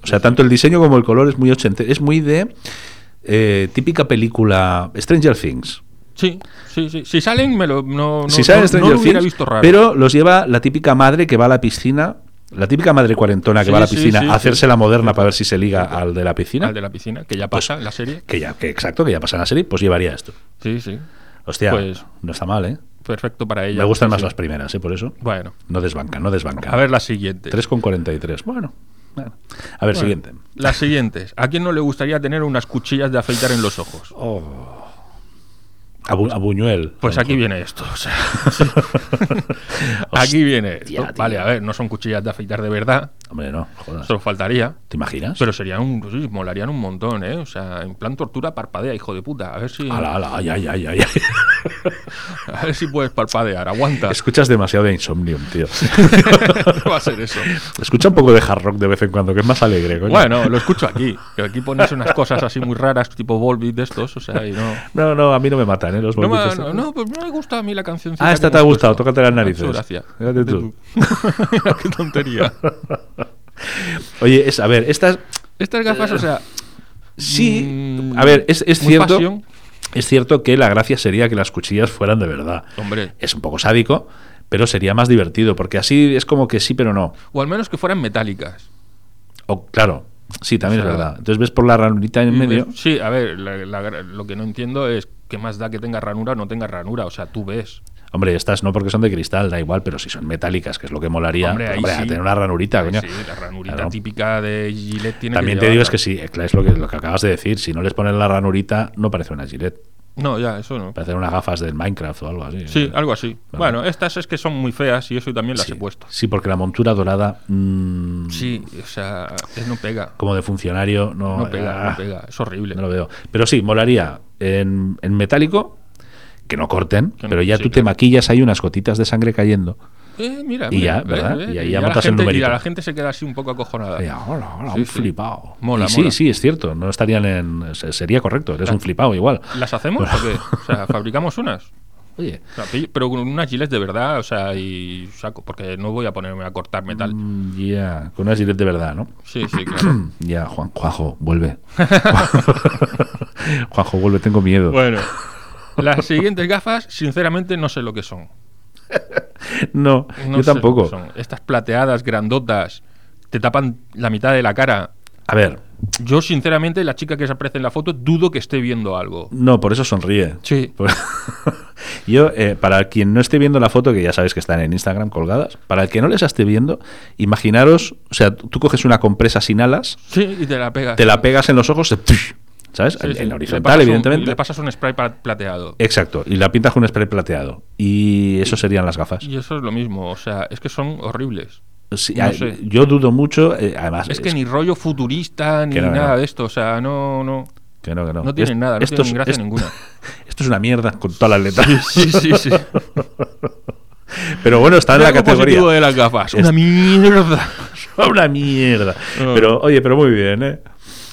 S1: O sea, tanto el diseño como el color es muy 80. Es muy de eh, típica película Stranger Things.
S2: Sí, sí, sí. Si salen, me lo, no, no,
S1: si sabes
S2: no-
S1: Stranger
S2: no lo hubiera
S1: Things,
S2: visto raro.
S1: pero los lleva la típica madre que va a la piscina, la típica madre cuarentona que
S2: Sí,
S1: va a la
S2: sí,
S1: piscina
S2: sí,
S1: a hacerse
S2: sí.
S1: la moderna para ver si se liga al de la piscina.
S2: Al de la piscina, que ya
S1: Pues
S2: pasa en la serie.
S1: Que ya, que exacto, que ya pasa en la serie, pues llevaría pues esto.
S2: Sí, sí.
S1: Hostia,
S2: Pues-
S1: no está mal, ¿eh?
S2: perfecto para ella.
S1: Me gustan
S2: Sí,
S1: más
S2: sí.
S1: las primeras, ¿eh? Por eso.
S2: Bueno,
S1: No desbanca, no desbanca.
S2: a ver la siguiente.
S1: 3,43. Bueno, bueno. A ver,
S2: Bueno,
S1: siguiente.
S2: Las siguientes. ¿A quién no le gustaría tener unas cuchillas de afeitar en los ojos?
S1: Oh, A, Bu- a Buñuel.
S2: Pues
S1: a lo
S2: aquí
S1: mejor.
S2: viene esto. o sea, sí. aquí viene esto.
S1: Hostia, tío. Ah.
S2: Vale, a ver, no son cuchillas de afeitar de verdad,
S1: Hombre, no, jodas.
S2: solo faltaría.
S1: ¿Te imaginas?
S2: Pero serían un, sí, molarían un montón, ¿eh? O sea, en plan tortura parpadea, hijo de puta. A ver si,
S1: Ala, ala, ay, ay, ay, ay, ay.
S2: a ver si puedes parpadear. Aguanta.
S1: Escuchas demasiado de Insomnium, tío.
S2: Va a ser eso.
S1: Escucha un poco de hard rock de vez en cuando, que es más alegre, coño.
S2: Bueno, lo escucho aquí. Que aquí pones unas cosas así muy raras, tipo Volbeat de estos, o sea, y no.
S1: No, no, a mí no me matan, ¿eh? Los
S2: No,
S1: bolitos
S2: me-
S1: estos.
S2: no, no, pues no me gusta a mí la canción.
S1: Ah, esta te ha gustado, tócate las narices.
S2: Gracias.
S1: Fíjate tú.
S2: Mira qué tontería.
S1: Oye, es, a ver, estas.
S2: Estas gafas, o sea.
S1: Sí.
S2: mm,
S1: a ver, es, es
S2: muy
S1: cierto.
S2: pasión.
S1: Es cierto que la gracia sería que las cuchillas fueran de verdad.
S2: Hombre.
S1: Es un poco sádico, pero sería más divertido, porque así es como que sí, pero no.
S2: O al menos que fueran metálicas.
S1: O, claro, sí, también
S2: O sea,
S1: es verdad. Entonces ves por la ranurita en
S2: Y
S1: medio.
S2: ves- Sí, a ver, la- la- lo que no entiendo es qué más da que tenga ranura o no tenga ranura. O sea, tú ves.
S1: Hombre, estas no porque son de cristal, da igual, pero si son metálicas, que es lo que molaría,
S2: Hombre,
S1: pues,
S2: ahí
S1: hombre,
S2: sí.
S1: a tener una ranurita,
S2: Ay,
S1: coño.
S2: Sí, la ranurita
S1: Claro.
S2: típica de Gillette tiene
S1: También
S2: que
S1: te digo es
S2: llevarla.
S1: que sí, eh, claro, es lo que, lo que acabas de decir. Si no les pones la ranurita, no parece una gilet.
S2: No, ya, eso no.
S1: Parecen unas gafas del Minecraft o algo así.
S2: Sí,
S1: Eh,
S2: algo así.
S1: Vale.
S2: Bueno, estas es que son muy feas y eso también las
S1: sí.
S2: he puesto.
S1: Sí, porque la montura dorada, mm,
S2: Sí, o sea, es- no pega.
S1: como de funcionario, no,
S2: No pega,
S1: ah,
S2: no pega. Es horrible.
S1: no lo veo. Pero sí, molaría en, en metálico, que no corten,
S2: Que no-
S1: pero ya
S2: sí,
S1: tú te
S2: claro.
S1: maquillas ahí unas gotitas de sangre cayendo.
S2: Eh, mira,
S1: Y
S2: mira,
S1: ya, ¿verdad? Y ahí ya
S2: la
S1: montas el
S2: gente-
S1: numerito.
S2: Y la gente se queda así un poco acojonada.
S1: Ay, hola, hola,
S2: Ah, Sí,
S1: un
S2: sí.
S1: flipado.
S2: Mola,
S1: Y sí,
S2: mola.
S1: sí, es cierto. No estarían en. se- Sería correcto, eres un flipado igual.
S2: ¿Las hacemos o qué? O sea, fabricamos unas.
S1: Oye,
S2: O sea, pi- pero con unas gilets de verdad, o sea, y saco, porque no voy a ponerme a cortar metal.
S1: mm, ya, con una gilet de verdad, ¿no? Mm,
S2: Sí, sí, claro.
S1: Ya, Juan, Juanjo, vuelve. Juanjo, vuelve, tengo miedo.
S2: bueno, las siguientes gafas, sinceramente, no sé lo que son.
S1: no,
S2: No
S1: yo
S2: sé
S1: tampoco.
S2: lo que son. Estas plateadas, grandotas, te tapan la mitad de la cara.
S1: A ver,
S2: Yo, sinceramente, la chica que se aparece en la foto, dudo que esté viendo algo.
S1: no, por eso sonríe.
S2: Sí.
S1: Por- Yo, eh, para quien no esté viendo la foto, que ya sabéis que están en Instagram colgadas, para el que no les esté viendo, imaginaros, o sea, tú tú coges una compresa sin alas,
S2: Sí, y te la pegas.
S1: te la pegas en los ojos, se- ¿sabes?
S2: Sí,
S1: en,
S2: sí.
S1: en
S2: Le
S1: horizontal,
S2: pasas un-
S1: evidentemente. Eh,
S2: Le pasas un spray pa- plateado.
S1: Exacto, y la pintas con un spray plateado. Y eso serían las gafas.
S2: Y eso es lo mismo, o sea, es que son horribles.
S1: Sí,
S2: no
S1: a-
S2: sé.
S1: Yo dudo mucho, eh, además.
S2: Es que ni rollo futurista ni
S1: Que no, que
S2: nada
S1: no.
S2: de esto, o sea, no, no.
S1: que no, que no.
S2: no tienen nada, no tienen gracia
S1: es-
S2: ninguna.
S1: Esto es una mierda con todas las letras.
S2: Sí, sí, sí.
S1: Pero bueno, está en la
S2: Algo positivo
S1: categoría.
S2: de las gafas.
S1: Es-
S2: Una mierda.
S1: Una mierda.
S2: No.
S1: Pero, oye, pero muy bien, ¿eh?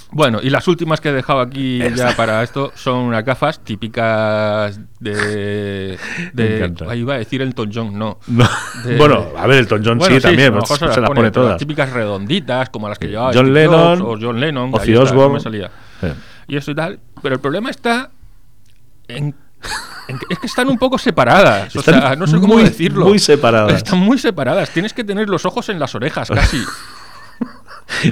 S2: Bueno, y las últimas que he dejado aquí
S1: Esta.
S2: ya para esto son unas gafas típicas de.
S1: Me
S2: de
S1: encanta.
S2: ahí iba a decir el John, no.
S1: No.
S2: De-
S1: Bueno, a ver, el Tom John
S2: Bueno,
S1: sí, también,
S2: a lo
S1: pues,
S2: mejor
S1: se, las pone,
S2: pero
S1: todas.
S2: Típicas redonditas, como las que llevaba
S1: John
S2: Steve Jobs
S1: Lennon,
S2: o John Lennon.
S1: Ozzy
S2: ahí está, no
S1: Osbourne.
S2: me salía.
S1: Sí.
S2: y eso y tal. Pero el problema está en, en que- es que están un poco separadas. O
S1: Están
S2: sea, no sé cómo
S1: muy-
S2: decirlo.
S1: muy separadas.
S2: Están muy separadas. Tienes que tener los ojos en las orejas casi.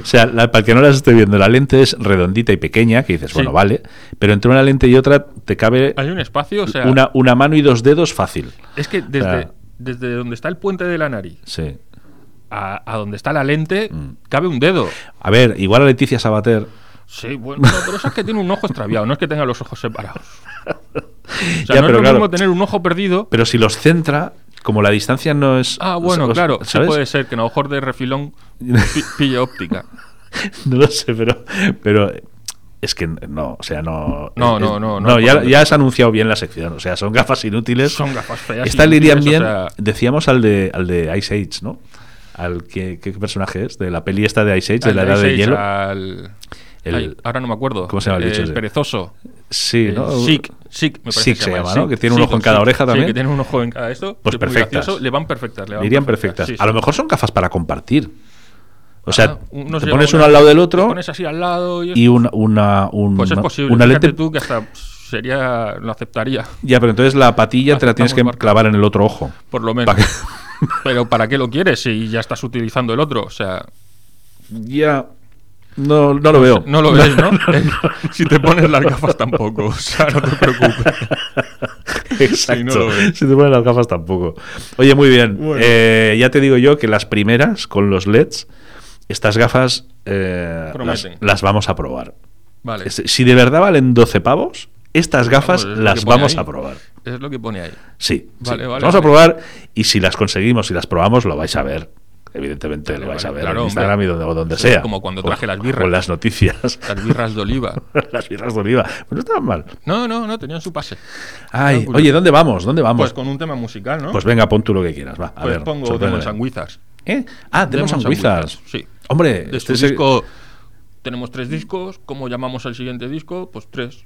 S1: O sea, la- para el que no las esté viendo, la lente es redondita y pequeña, que dices,
S2: Sí.
S1: bueno, vale. Pero entre una lente y otra te cabe
S2: Hay un espacio, o sea,
S1: una, una mano y dos dedos fácil.
S2: es que desde,
S1: sea-
S2: desde donde está el puente de la nariz
S1: Sí.
S2: a, a donde está la lente,
S1: Mm.
S2: cabe un dedo.
S1: A ver, igual a Leticia Sabater.
S2: Sí, bueno, no, pero eso es que tiene un ojo extraviado, no es que tenga los ojos separados. O sea,
S1: Ya,
S2: no es
S1: pero
S2: lo
S1: claro.
S2: mismo tener un ojo perdido.
S1: Pero si los centra, como la distancia no es.
S2: Ah, bueno,
S1: o- o-
S2: claro, sí
S1: ¿sabes?
S2: puede ser que a lo mejor de refilón pi- pille óptica.
S1: No lo sé, pero, pero es que no, o sea, no.
S2: No,
S1: es-
S2: no, no, no,
S1: No, ya,
S2: porque-
S1: ya has anunciado bien la sección. O sea, son gafas inútiles.
S2: Son gafas feas.
S1: Estas le
S2: inútiles,
S1: irían bien.
S2: o sea,
S1: Decíamos al de, al de Ice Age, ¿no? Al que, ¿Qué personaje es? De la peli esta de Ice Age, de
S2: al
S1: la
S2: de
S1: edad de
S2: Ice Age,
S1: hielo.
S2: al-
S1: El-
S2: Ay, ahora no me acuerdo.
S1: ¿Cómo se llama el bicho
S2: El
S1: ese?
S2: perezoso.
S1: Sí,
S2: el
S1: ¿no?
S2: Sick. Sick, me parece
S1: Sick
S2: que
S1: se
S2: el
S1: llama, ¿no?
S2: Sick.
S1: Que tiene un
S2: Sick,
S1: ojo en
S2: el
S1: cada
S2: Sick.
S1: oreja también.
S2: Sí, que tiene un ojo en cada esto.
S1: Pues
S2: que es muy
S1: perfectas.
S2: gracioso, Le van perfectas. Le
S1: Le
S2: van
S1: irían perfectas.
S2: sí,
S1: A
S2: sí.
S1: lo mejor son gafas para compartir. O
S2: Ah,
S1: sea,
S2: unos
S1: te
S2: llevan
S1: pones
S2: una-
S1: uno al lado del
S2: Te
S1: otro
S2: pones así al lado y,
S1: y una, una, un-
S2: pues es posible.
S1: una
S2: Fíjate
S1: lente.
S2: tú que hasta sería lo aceptaría,
S1: Ya, pero entonces la patilla te la
S2: Aceptamos
S1: tienes que
S2: marca.
S1: clavar en el otro ojo.
S2: por lo menos.
S1: Pa' que-
S2: Pero ¿para qué lo quieres si ya estás utilizando el otro? O sea,
S1: Ya. No, no lo veo.
S2: No lo ves, ¿no? si te pones las gafas tampoco, o sea, no te preocupes.
S1: Exacto.
S2: Sí, no lo ves.
S1: Si te ponen las gafas tampoco. Oye, muy bien.
S2: Bueno.
S1: Eh, ya te digo yo que las primeras con los LEDs, estas gafas eh, las,
S2: Prometen.
S1: las vamos a probar.
S2: Vale.
S1: Es- Si de verdad valen 12 pavos, estas gafas
S2: Vamos, es lo que
S1: las
S2: pone
S1: vamos
S2: ahí.
S1: a probar.
S2: Es lo que pone ahí.
S1: Sí.
S2: Vale,
S1: sí.
S2: vale,
S1: Vamos a
S2: vale.
S1: probar y si las conseguimos, si las probamos, lo vais a ver. Evidentemente
S2: Vale,
S1: lo vais a
S2: vale,
S1: ver
S2: claro,
S1: en
S2: hombre.
S1: Instagram y donde, o donde
S2: Eso es
S1: sea.
S2: como cuando
S1: O-
S2: traje las birras.
S1: O en las noticias.
S2: Las birras de oliva.
S1: las birras de oliva. Pues no estaban mal.
S2: No, no, no, tenían su pase.
S1: Ay,
S2: Calculo.
S1: oye, ¿dónde vamos? ¿Dónde vamos?
S2: Pues con un tema musical, ¿no?
S1: Pues venga, pon tú lo que quieras, va. A
S2: Pues
S1: ver,
S2: pongo
S1: sorpréndeme.
S2: Demon Sanguizas.
S1: ¿Eh? Ah, Demons and Wizards.
S2: Sí.
S1: Hombre,
S2: De
S1: este
S2: su
S1: es el-
S2: disco tenemos tres discos. ¿Cómo llamamos al siguiente disco? Pues tres.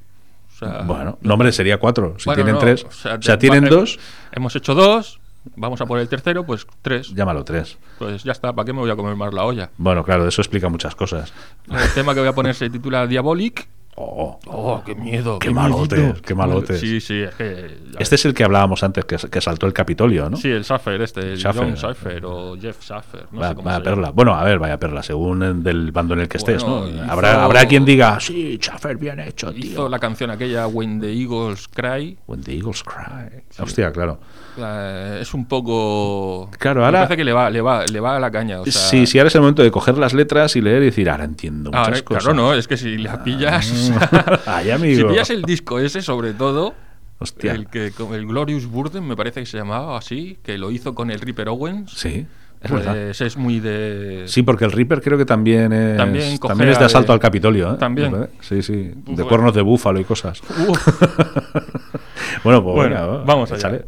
S2: O sea,
S1: Bueno, no, hombre, sería cuatro. Si
S2: ah. bueno,
S1: tienen
S2: no,
S1: tres. O sea, tienen
S2: va-
S1: dos,
S2: Hemos hecho dos. Vamos a por el tercero, pues tres.
S1: llámalo tres.
S2: Pues ya está, ¿para qué me voy a comer más la olla?
S1: Bueno, claro, eso explica muchas cosas.
S2: El tema que voy a poner se titula Diabolic.
S1: Oh,
S2: Oh, qué miedo.
S1: Qué malotes,
S2: miedito.
S1: qué malotes.
S2: Sí, sí, es que.
S1: este es el que hablábamos antes, que, que saltó el Capitolio, ¿no?
S2: Sí, el Saffer este, el
S1: Schaffer.
S2: John Saffer o Jeff Saffer. No
S1: Va-
S2: sé cómo
S1: vaya
S2: se llama.
S1: perla. Bueno, a ver, vaya perla, según el del bando en el que estés,
S2: Bueno,
S1: ¿no?
S2: hizo-
S1: Habrá, habrá quien diga, sí, Chaffer, bien hecho, tío.
S2: Hizo la canción aquella When the Eagles Cry.
S1: When the Eagles Cry. Hostia, claro.
S2: Eh, es un poco.
S1: Claro,
S2: me
S1: ahora-
S2: parece que le va, le va, le va a la caña. O sea,
S1: sí, sí, ahora es el momento de coger las letras y leer y decir, ahora entiendo muchas
S2: ahora-
S1: cosas. Ah, mm.
S2: claro, no, es que si la pillas.
S1: Ay, amigo.
S2: Si pillas el disco ese, sobre todo.
S1: Hostia.
S2: El, que, con el Glorious Burden, me parece que se llamaba así, que lo hizo con el Reaper Owens.
S1: Sí, es
S2: Pues
S1: verdad.
S2: es muy de.
S1: Sí, porque el Reaper creo que también es, también
S2: También cogea
S1: es de
S2: de-
S1: asalto al Capitolio. ¿eh?
S2: También. Pues
S1: ¿Verdad? Sí, sí. De
S2: Bueno.
S1: cuernos de búfalo y cosas.
S2: Uh,
S1: Bueno, pues
S2: Bueno,
S1: venga, va,
S2: vamos allá.
S1: échale.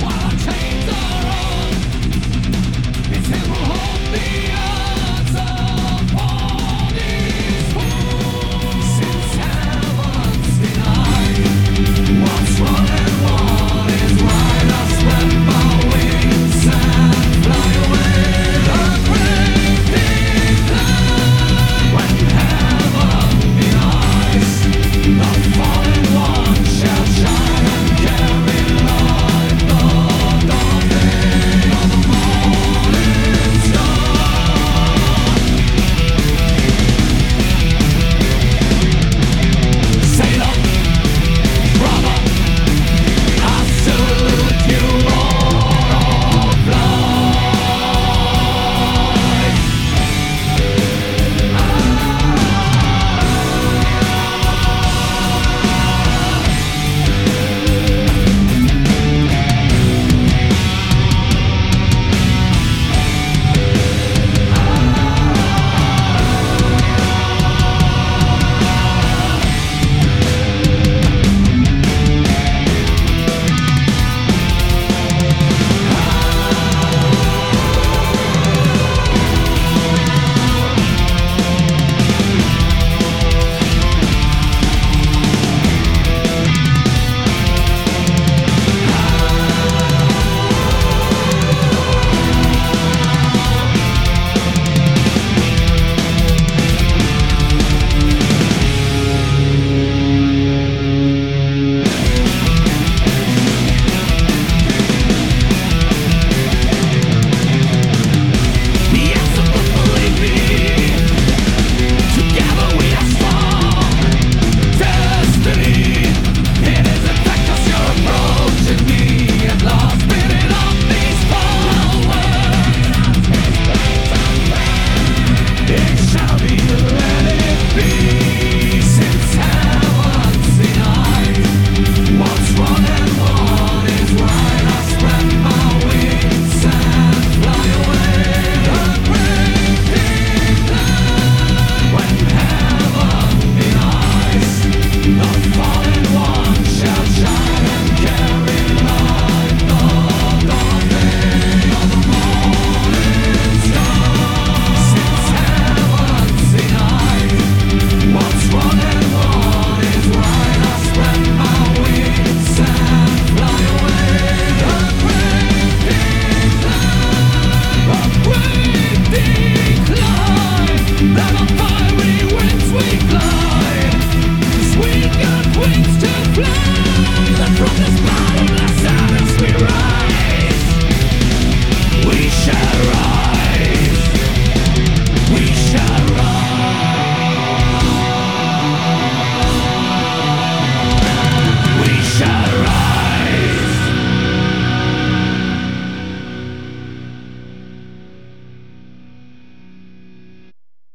S5: While our chains are on, it's him who holds me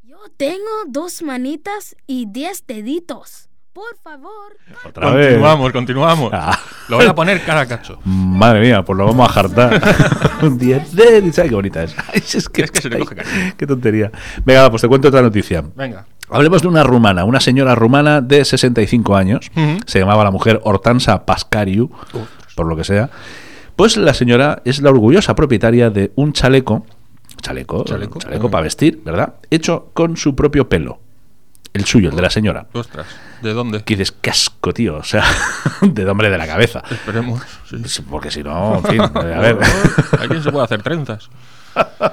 S3: Yo tengo dos manitas y diez deditos. Por favor.
S1: Otra vez.
S2: Continuamos, continuamos.
S1: Ah.
S2: Lo voy a poner cara a cacho.
S1: Madre mía, pues lo vamos a jartar. 10 de... ¡Ay, qué bonita es! Ay, es que,
S2: Es que se le
S1: ay,
S2: coge cariño.
S1: ¡Qué tontería! Venga, va, pues te cuento otra noticia.
S2: Venga.
S1: Hablemos de una rumana, una señora rumana de 65 años.
S2: Ujú.
S1: Se llamaba la mujer Hortansa Pascariu, por lo que sea. Pues la señora es la orgullosa propietaria de un chaleco, chaleco,
S2: Chaleco.
S1: chaleco, para vestir, ¿verdad? Hecho con su propio pelo. El suyo, el de la señora.
S2: Ostras, ¿de dónde?
S1: Que dices, qué asco, tío. O sea, de hombre de la cabeza.
S2: Esperemos. sí.
S1: Pues Porque si no, en fin, a ver.
S2: ¿A quién se puede hacer trenzas?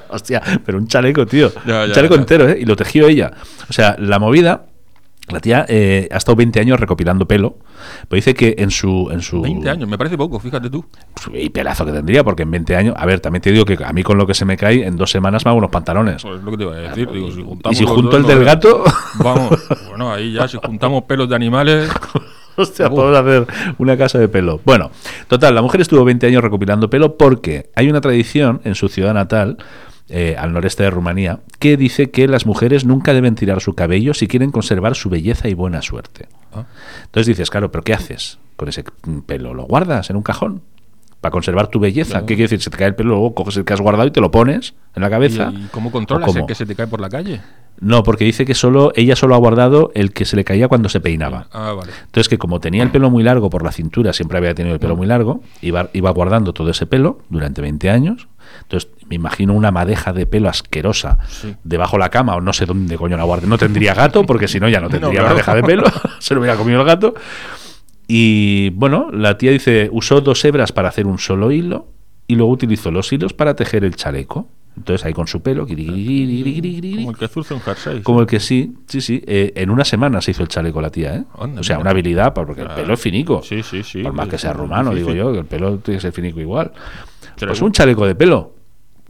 S1: Hostia, pero un chaleco, tío.
S2: Ya,
S1: un
S2: ya,
S1: chaleco
S2: ya.
S1: entero, ¿eh? Y lo tejió ella. O sea, la movida, la tía eh, ha estado 20 años recopilando pelo. Pero dice que en su. En su
S2: 20 años, me parece poco, fíjate tú.
S1: Pues, Y pelazo que tendría, porque en 20 años. A ver, también te digo que a mí con lo que se me cae, en dos semanas me hago unos pantalones.
S2: Pues es lo que te iba a decir. Digo, si juntamos
S1: y si
S2: los
S1: junto
S2: dos,
S1: el
S2: no
S1: del
S2: verás.
S1: gato.
S2: Vamos, bueno, ahí ya, si juntamos pelos de animales.
S1: Hostia,
S2: Uf.
S1: podemos hacer una casa de pelo. Bueno, total, la mujer estuvo 20 años recopilando pelo porque hay una tradición en su ciudad natal, eh, al noreste de Rumanía, que dice que las mujeres nunca deben tirar su cabello si quieren conservar su belleza y buena suerte.
S2: Ah.
S1: Entonces dices, claro, pero ¿qué haces con ese pelo? ¿Lo guardas en un cajón? Para conservar tu belleza. ¿Qué quiere decir? Si te cae el pelo, luego coges el que has guardado y te lo pones en la cabeza.
S2: ¿Y cómo
S1: ¿O
S2: controlas
S1: cómo?
S2: el que se te cae por la calle?
S1: No, porque dice que solo ella solo ha guardado el que se le caía cuando se peinaba.
S2: Ah, vale.
S1: Entonces, que como tenía el pelo muy largo por la cintura, siempre había tenido el pelo muy largo, iba, iba guardando todo ese pelo durante 20 años. Entonces, me imagino una madeja de pelo asquerosa
S2: Sí.
S1: debajo la cama, o no sé dónde coño la guarde. No tendría gato, porque si no, ya no
S2: No,
S1: tendría
S2: claro.
S1: madeja de pelo, se lo hubiera comido el gato. Y bueno, la tía dice: usó dos hebras para hacer un solo hilo y luego utilizó los hilos para tejer el chaleco. Entonces, ahí con su pelo, guiri, guiri, guiri, guiri, guiri,
S2: Como el que zurza un jersey.
S1: como el que sí, sí, sí. eh, en una semana se hizo el chaleco la tía, ¿eh?
S2: Anda,
S1: o sea,
S2: mira.
S1: una habilidad, pa- porque el
S2: Ah,
S1: pelo es finico.
S2: sí, sí, sí,
S1: Por más
S2: es
S1: que sea
S2: muy
S1: romano, digo
S2: difícil.
S1: yo, que el pelo tiene que ser finico igual.
S2: Pero-
S1: Pues un chaleco de pelo.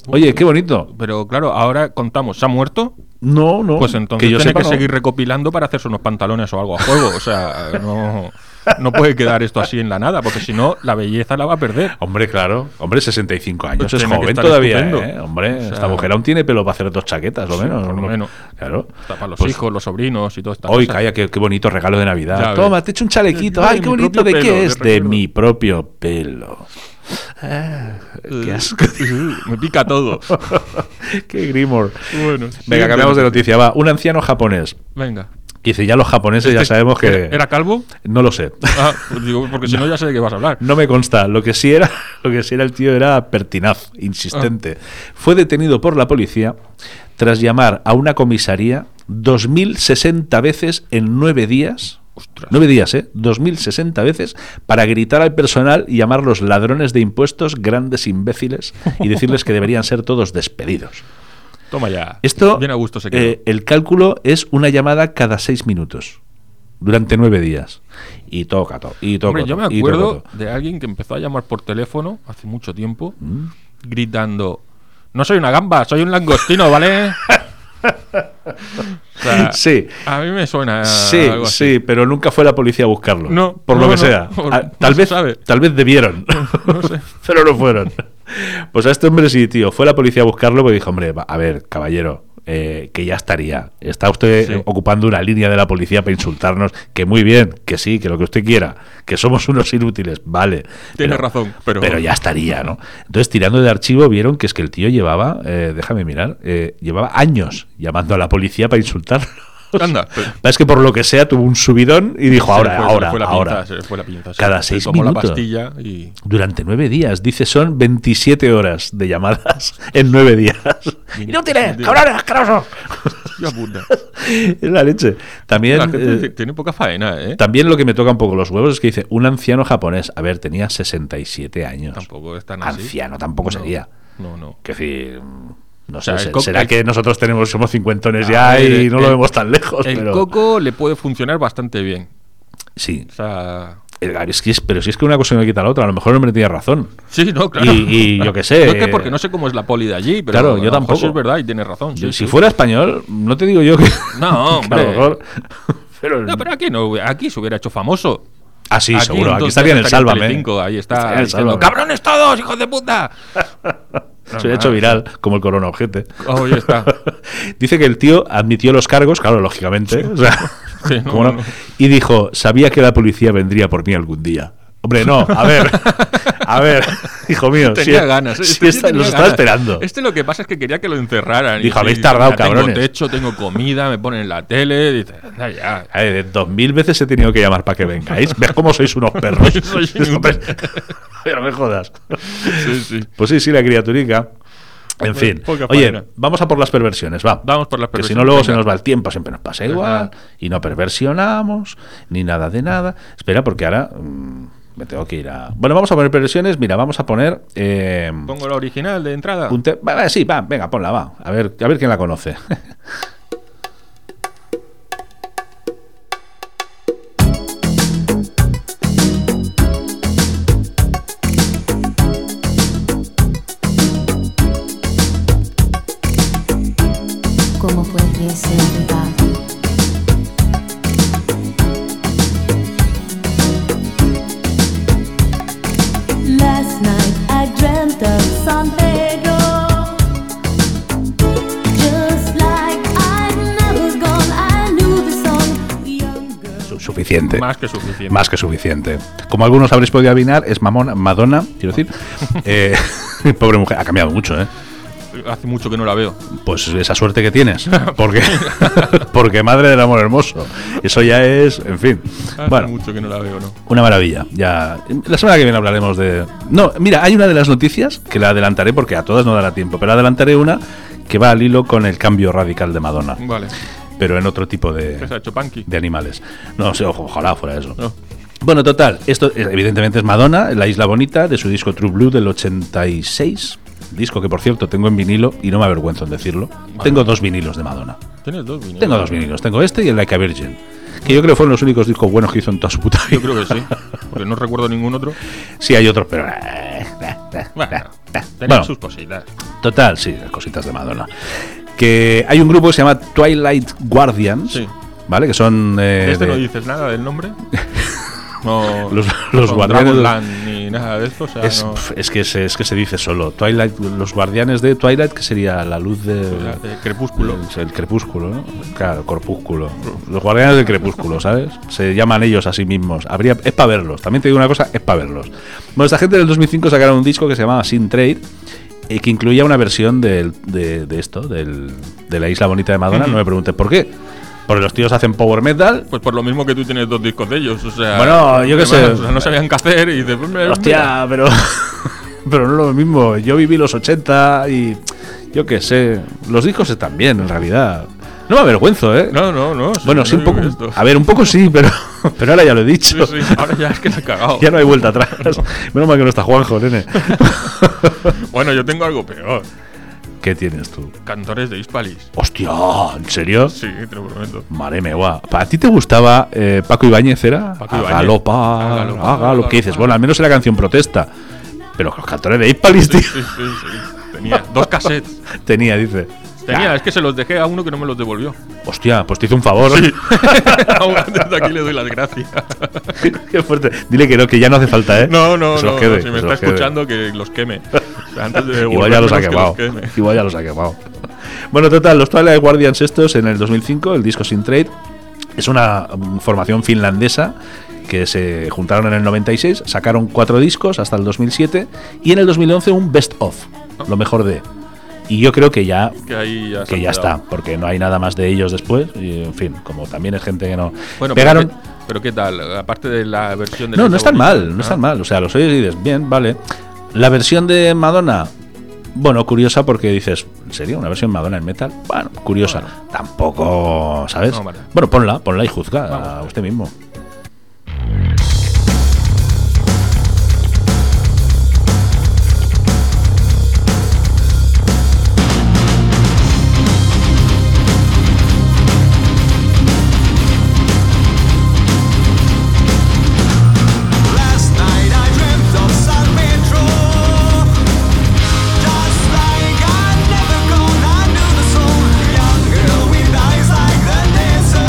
S1: Oye, qué bonito.
S2: Pero claro, ahora contamos, ¿se ha muerto?
S1: No, no.
S2: Pues entonces
S1: yo
S2: tiene
S1: sepa,
S2: que
S1: no.
S2: seguir recopilando para hacerse unos pantalones o algo a juego. O sea, no, no puede quedar esto así en la nada, porque si no, la belleza la va a perder.
S1: Hombre, claro. Hombre, 65 años.
S2: Pues
S1: es
S2: tiene que
S1: joven
S2: estar
S1: todavía,
S2: estupendo.
S1: ¿eh? Hombre,
S2: O sea-
S1: esta mujer aún tiene pelo para hacer dos chaquetas, lo
S2: Sí,
S1: menos.
S2: por lo
S1: ¿no?
S2: menos.
S1: Claro.
S2: Hasta para los
S1: Pues,
S2: hijos, los sobrinos y todo esto.
S1: Hoy, calla, qué, qué bonito regalo de
S2: Ya
S1: Navidad.
S2: ves.
S1: Toma, te he hecho un chalequito.
S2: Ay,
S1: Ay,
S2: mi
S1: qué bonito. ¿De
S2: propio pelo,
S1: qué es?
S2: de
S1: De
S2: recuerdo.
S1: mi propio pelo. Ah, qué asco.
S2: Eh, Me pica todo.
S1: Qué grimor.
S2: Bueno,
S1: Venga,
S2: siguiente
S1: cambiamos de noticia. Va, un anciano japonés.
S2: Venga. Este,
S1: Que dice, ya los japoneses ya sabemos que...
S2: ¿Era, era calvo?
S1: No lo sé.
S2: Ah, pues digo, porque si no ya sé de qué vas a hablar.
S1: No me consta. Lo que sí era, lo que sí era el tío era pertinaz, insistente.
S2: Ah.
S1: Fue detenido por la policía tras llamar a una comisaría 2060 veces en nueve días.
S2: Ostras.
S1: Nueve días, ¿eh? 2060 veces para gritar al personal y llamarlos ladrones de impuestos, grandes imbéciles y decirles que deberían ser todos despedidos.
S2: Toma ya.
S1: Esto,
S2: Bien a gusto se quedó.
S1: eh, el cálculo es una llamada cada seis minutos durante nueve días. Y toca, to, y toca.
S2: Hombre, yo me acuerdo de alguien que empezó a llamar por teléfono hace mucho tiempo
S1: Mm.
S2: gritando: No soy una gamba, soy un langostino, ¿vale? O sea,
S1: Sí.
S2: A mí me suena.
S1: Sí,
S2: Ah, algo así.
S1: sí, pero nunca fue la policía a buscarlo.
S2: No,
S1: por lo
S2: no,
S1: que
S2: no,
S1: sea.
S2: por-
S1: Ah,
S2: no
S1: tal,
S2: se
S1: vez,
S2: sabe.
S1: tal vez debieron,
S2: No sé.
S1: pero no fueron. Pues a este hombre sí, tío. Fue la policía a buscarlo porque dijo, hombre, va- a ver, caballero, eh, que ya estaría. Está usted
S2: Sí.
S1: eh, ocupando una línea de la policía para insultarnos. Que muy bien, que sí, que lo que usted quiera. Que somos unos inútiles, vale.
S2: Tiene razón, pero-
S1: ya estaría, ¿no? Entonces, tirando de archivo, vieron que es que el tío llevaba, eh, déjame mirar, eh, llevaba años llamando a la policía para insultarlo.
S2: Anda, pero-
S1: Es que por lo que sea tuvo un subidón y dijo,
S2: Se
S1: ahora,
S2: le fue-
S1: ahora,
S2: se le fue la
S1: ahora.
S2: pinza, se le fue la pinza, sí.
S1: Cada
S2: Se
S1: seis
S2: tomó la
S1: minutos.
S2: pastilla y.
S1: Durante nueve días, dice, son 27 horas de llamadas en nueve días.
S2: Mira,
S1: ¡Inútiles!
S2: sí,
S1: ¡Cabrones, asquerosos!
S2: Hostia puta.
S1: Es la leche. También,
S2: La gente
S1: eh,
S2: dice, tiene poca faena, ¿eh?
S1: también lo que me toca un poco los huevos es que dice, un anciano japonés, a ver, tenía 67 años.
S2: Tampoco es tan así.
S1: anciano tampoco
S2: No,
S1: sería.
S2: No, no.
S1: Que decir, no
S2: sea,
S1: sé,
S2: el
S1: se-
S2: co-
S1: será
S2: el-
S1: que nosotros tenemos somos cincuentones
S2: A
S1: ya
S2: ver,
S1: y
S2: el-
S1: no lo
S2: el-
S1: vemos tan lejos,
S2: El
S1: pero
S2: coco le puede funcionar bastante bien.
S1: sí.
S2: O sea.
S1: El- Eh, es que es- pero si es que una cosa no quita la otra, a lo mejor el hombre tiene razón.
S2: Sí, no, claro.
S1: Y- y yo qué sé,
S2: No es que porque
S1: eh,
S2: no sé cómo es la poli de allí, pero.
S1: Claro, yo
S2: a lo mejor
S1: tampoco.
S2: sí es verdad y tienes razón. sí,
S1: Yo, si
S2: sí.
S1: fuera español, no te digo yo que.
S2: No,
S1: que a lo
S2: hombre.
S1: mejor- pero-
S2: No, pero aquí no. Aquí se hubiera hecho famoso.
S1: Ah, sí,
S2: aquí,
S1: seguro. Aquí
S2: entonces,
S1: estaría en el
S2: estaría en
S1: Sálvame.
S2: Telecinco, ahí está
S1: Estaría en el
S2: diciendo,
S1: Sálvame.
S2: ¡Cabrones todos, hijos de puta!
S1: Se le ha hecho viral, como el corona ojete.
S2: Oh, ya está.
S1: Dice que el tío admitió los cargos, claro, lógicamente. o sea,
S2: Sí, no,
S1: ¿cómo no?
S2: no, no.
S1: Y dijo, sabía que la policía vendría por mí algún día. Hombre, no, a ver, a ver, hijo mío. sí,
S2: Tenía ganas.
S1: sí
S2: este
S1: está-
S2: tenía
S1: nos está
S2: ganas.
S1: esperando.
S2: Este lo que pasa es que quería que lo encerraran. y
S1: Dijo,
S2: sí,
S1: "Habéis tardado,
S2: ya
S1: cabrones".
S2: Tengo techo, tengo comida, me ponen en la tele. Dice, anda ya.
S1: A ver, dos mil veces he tenido que llamar para que vengáis. ¿Ves cómo sois unos perros?
S2: Sois
S1: Hombre,
S2: inútiles.
S1: Pero me jodas.
S2: Sí, sí.
S1: Pues sí, sí, la criaturica. En
S2: Pues
S1: fin.
S2: poca
S1: Oye,
S2: faena.
S1: vamos a por las perversiones, va.
S2: Vamos por las
S1: Que si
S2: perversiones,
S1: no, luego
S2: venga. Pues
S1: se nos va el tiempo, siempre nos pasa igual.
S2: nada.
S1: Y no perversionamos, ni nada de nada. Espera, porque ahora mm, me tengo que ir a. Bueno, vamos a poner perversiones. Mira, vamos a poner. eh,
S2: Pongo la original de entrada.
S1: un te- va, va, sí, va, venga, ponla, va. A ver, a ver quién la conoce.
S4: ¿Cómo fue que se va? Last night I dreamt of San Pedro. Just like I'd never gone, I knew the song. Young girl.
S1: Su- Suficiente.
S2: Más que suficiente.
S1: Más que suficiente. Como algunos habréis podido adivinar, es mamona, Madonna, quiero decir. Eh, pobre mujer, ha cambiado mucho, ¿eh?
S2: Hace mucho que no la veo.
S1: Pues esa suerte que tienes. Porque, porque madre del amor hermoso. Eso ya es, en fin.
S2: Hace
S1: Bueno,
S2: mucho que no la veo, ¿no?
S1: una maravilla. Ya, la semana que viene hablaremos de. No, mira, hay una de las noticias que la adelantaré porque a todas no dará tiempo, pero adelantaré una que va al hilo con el cambio radical de Madonna,
S2: Vale.
S1: pero en otro tipo de
S2: ¿Qué se ha hecho Panky?
S1: de animales. No sé, ojo, ojalá fuera eso.
S2: No.
S1: Bueno, total, esto eh, evidentemente es Madonna, La Isla Bonita, de su disco True Blue del 86. Disco que, por cierto, tengo en vinilo y no me avergüenzo en decirlo. Tengo dos vinilos de Madonna.
S2: Tienes dos vinilos.
S1: Tengo dos vinilos. Tengo este y el Like a Virgin. Que yo creo fueron los únicos discos buenos que hizo en toda su puta vida.
S2: Yo creo que sí. Porque no recuerdo ningún otro.
S1: Sí, hay otros, pero... eh, eh, eh, eh,
S2: Bueno,
S1: eh.
S2: tenían
S1: Bueno,
S2: sus cositas.
S1: total, sí, cositas de Madonna. Que hay un grupo que se llama Twilight Guardians,
S2: Sí.
S1: ¿vale? Que son... eh,
S2: ¿De este no
S1: de-
S2: dices nada del nombre? No.
S1: Los- los
S2: con
S1: guardianes-
S2: Dragonland ni nada de esto. O sea,
S1: Es,
S2: no.
S1: pf, es que se, es que se dice solo. Twilight, los guardianes de Twilight, que sería la luz de.
S2: Eh, crepúsculo.
S1: El, el crepúsculo, ¿no? Claro, corpúsculo. Los guardianes del crepúsculo, ¿sabes? Se llaman ellos a sí mismos. Habría, es para verlos. También te digo una cosa, es para verlos. Bueno, esta gente del 2005 sacaron un disco que se llamaba Sin Trade, eh, que incluía una versión del- de, de esto, del- de la isla bonita de Madonna. No me preguntes por qué. Porque los tíos hacen power metal.
S2: Pues por lo mismo que tú tienes dos discos de ellos. O sea,
S1: Bueno, yo qué sé.
S2: o sea, no sabían qué hacer y dices, pues, mira,
S1: Hostia, pero, pero no es lo mismo. Yo viví los 80 y yo qué sé. Los discos están bien, en realidad. No me avergüenzo, ¿eh?
S2: No, no, no.
S1: bueno, sí,
S2: no
S1: un poco.
S2: digo esto.
S1: A ver, un poco sí, pero, pero ahora ya lo he
S2: Sí,
S1: dicho.
S2: sí, ahora ya es que la he cagado.
S1: Ya no hay vuelta atrás. Menos mal que no está Juanjo, nene.
S2: Bueno, yo tengo algo peor.
S1: ¿Qué tienes tú?
S2: Cantores de Hispalis.
S1: Hostia, ¿en serio?
S2: Sí, te lo prometo.
S1: Mare me guau. ¿A ti te gustaba eh, Paco Ibáñez era?
S2: Paco
S1: Hágalo,
S2: Ibáñez.
S1: pa,
S2: Hágalo, pa,
S1: hágalo. ¿Qué dices?
S2: hágalo, pa.
S1: Bueno, al menos era canción protesta. Pero los cantores de Hispalis,
S2: Sí,
S1: tío.
S2: sí, sí, sí. Tenía dos cassettes.
S1: Tenía, dice.
S2: Tenía,
S1: Ah,
S2: es que se los dejé a uno que no me los devolvió.
S1: Hostia, pues te hizo un favor.
S2: Aún Desde aquí le doy las gracias.
S1: Qué fuerte. Dile que no, que ya no hace falta, ¿eh?
S2: No, no,
S1: Que se los
S2: no.
S1: quede,
S2: si
S1: que
S2: me
S1: se
S2: está
S1: los quede.
S2: escuchando, que los queme. O sea, antes de
S1: Igual ya los ha
S2: devolvérmelos, que
S1: quemado.
S2: queme.
S1: Igual ya los ha quemado. Bueno, total, los Twilight Guardians estos en el 2005, el disco Sin Trade, es una mm, formación finlandesa que se juntaron en el 96, sacaron cuatro discos hasta el 2007 y en el 2011 un Best Of, lo mejor de. Y yo creo que ya
S2: Que ahí ya, se
S1: que
S2: han
S1: ya
S2: quedado.
S1: está, porque no hay nada más de ellos después. Y, en fin, como también es gente que no.
S2: Bueno,
S1: Pegaron.
S2: Pero, qué, pero qué tal, aparte de la versión de
S1: No,
S2: la
S1: no
S2: Isla
S1: están
S2: Bonita,
S1: mal, no están mal. O sea, los oyes y dices, bien, vale. La versión de Madonna, bueno, curiosa porque dices, ¿en serio? ¿Una versión Madonna en metal? Bueno, curiosa. Tampoco, ¿sabes?
S2: No, vale.
S1: Bueno, ponla, ponla y juzga
S2: Vamos a
S1: a
S2: ver.
S1: usted mismo.
S5: Last night I dreamt of San Pedro Just like I'd never gone I knew the soul Young girl with eyes like the desert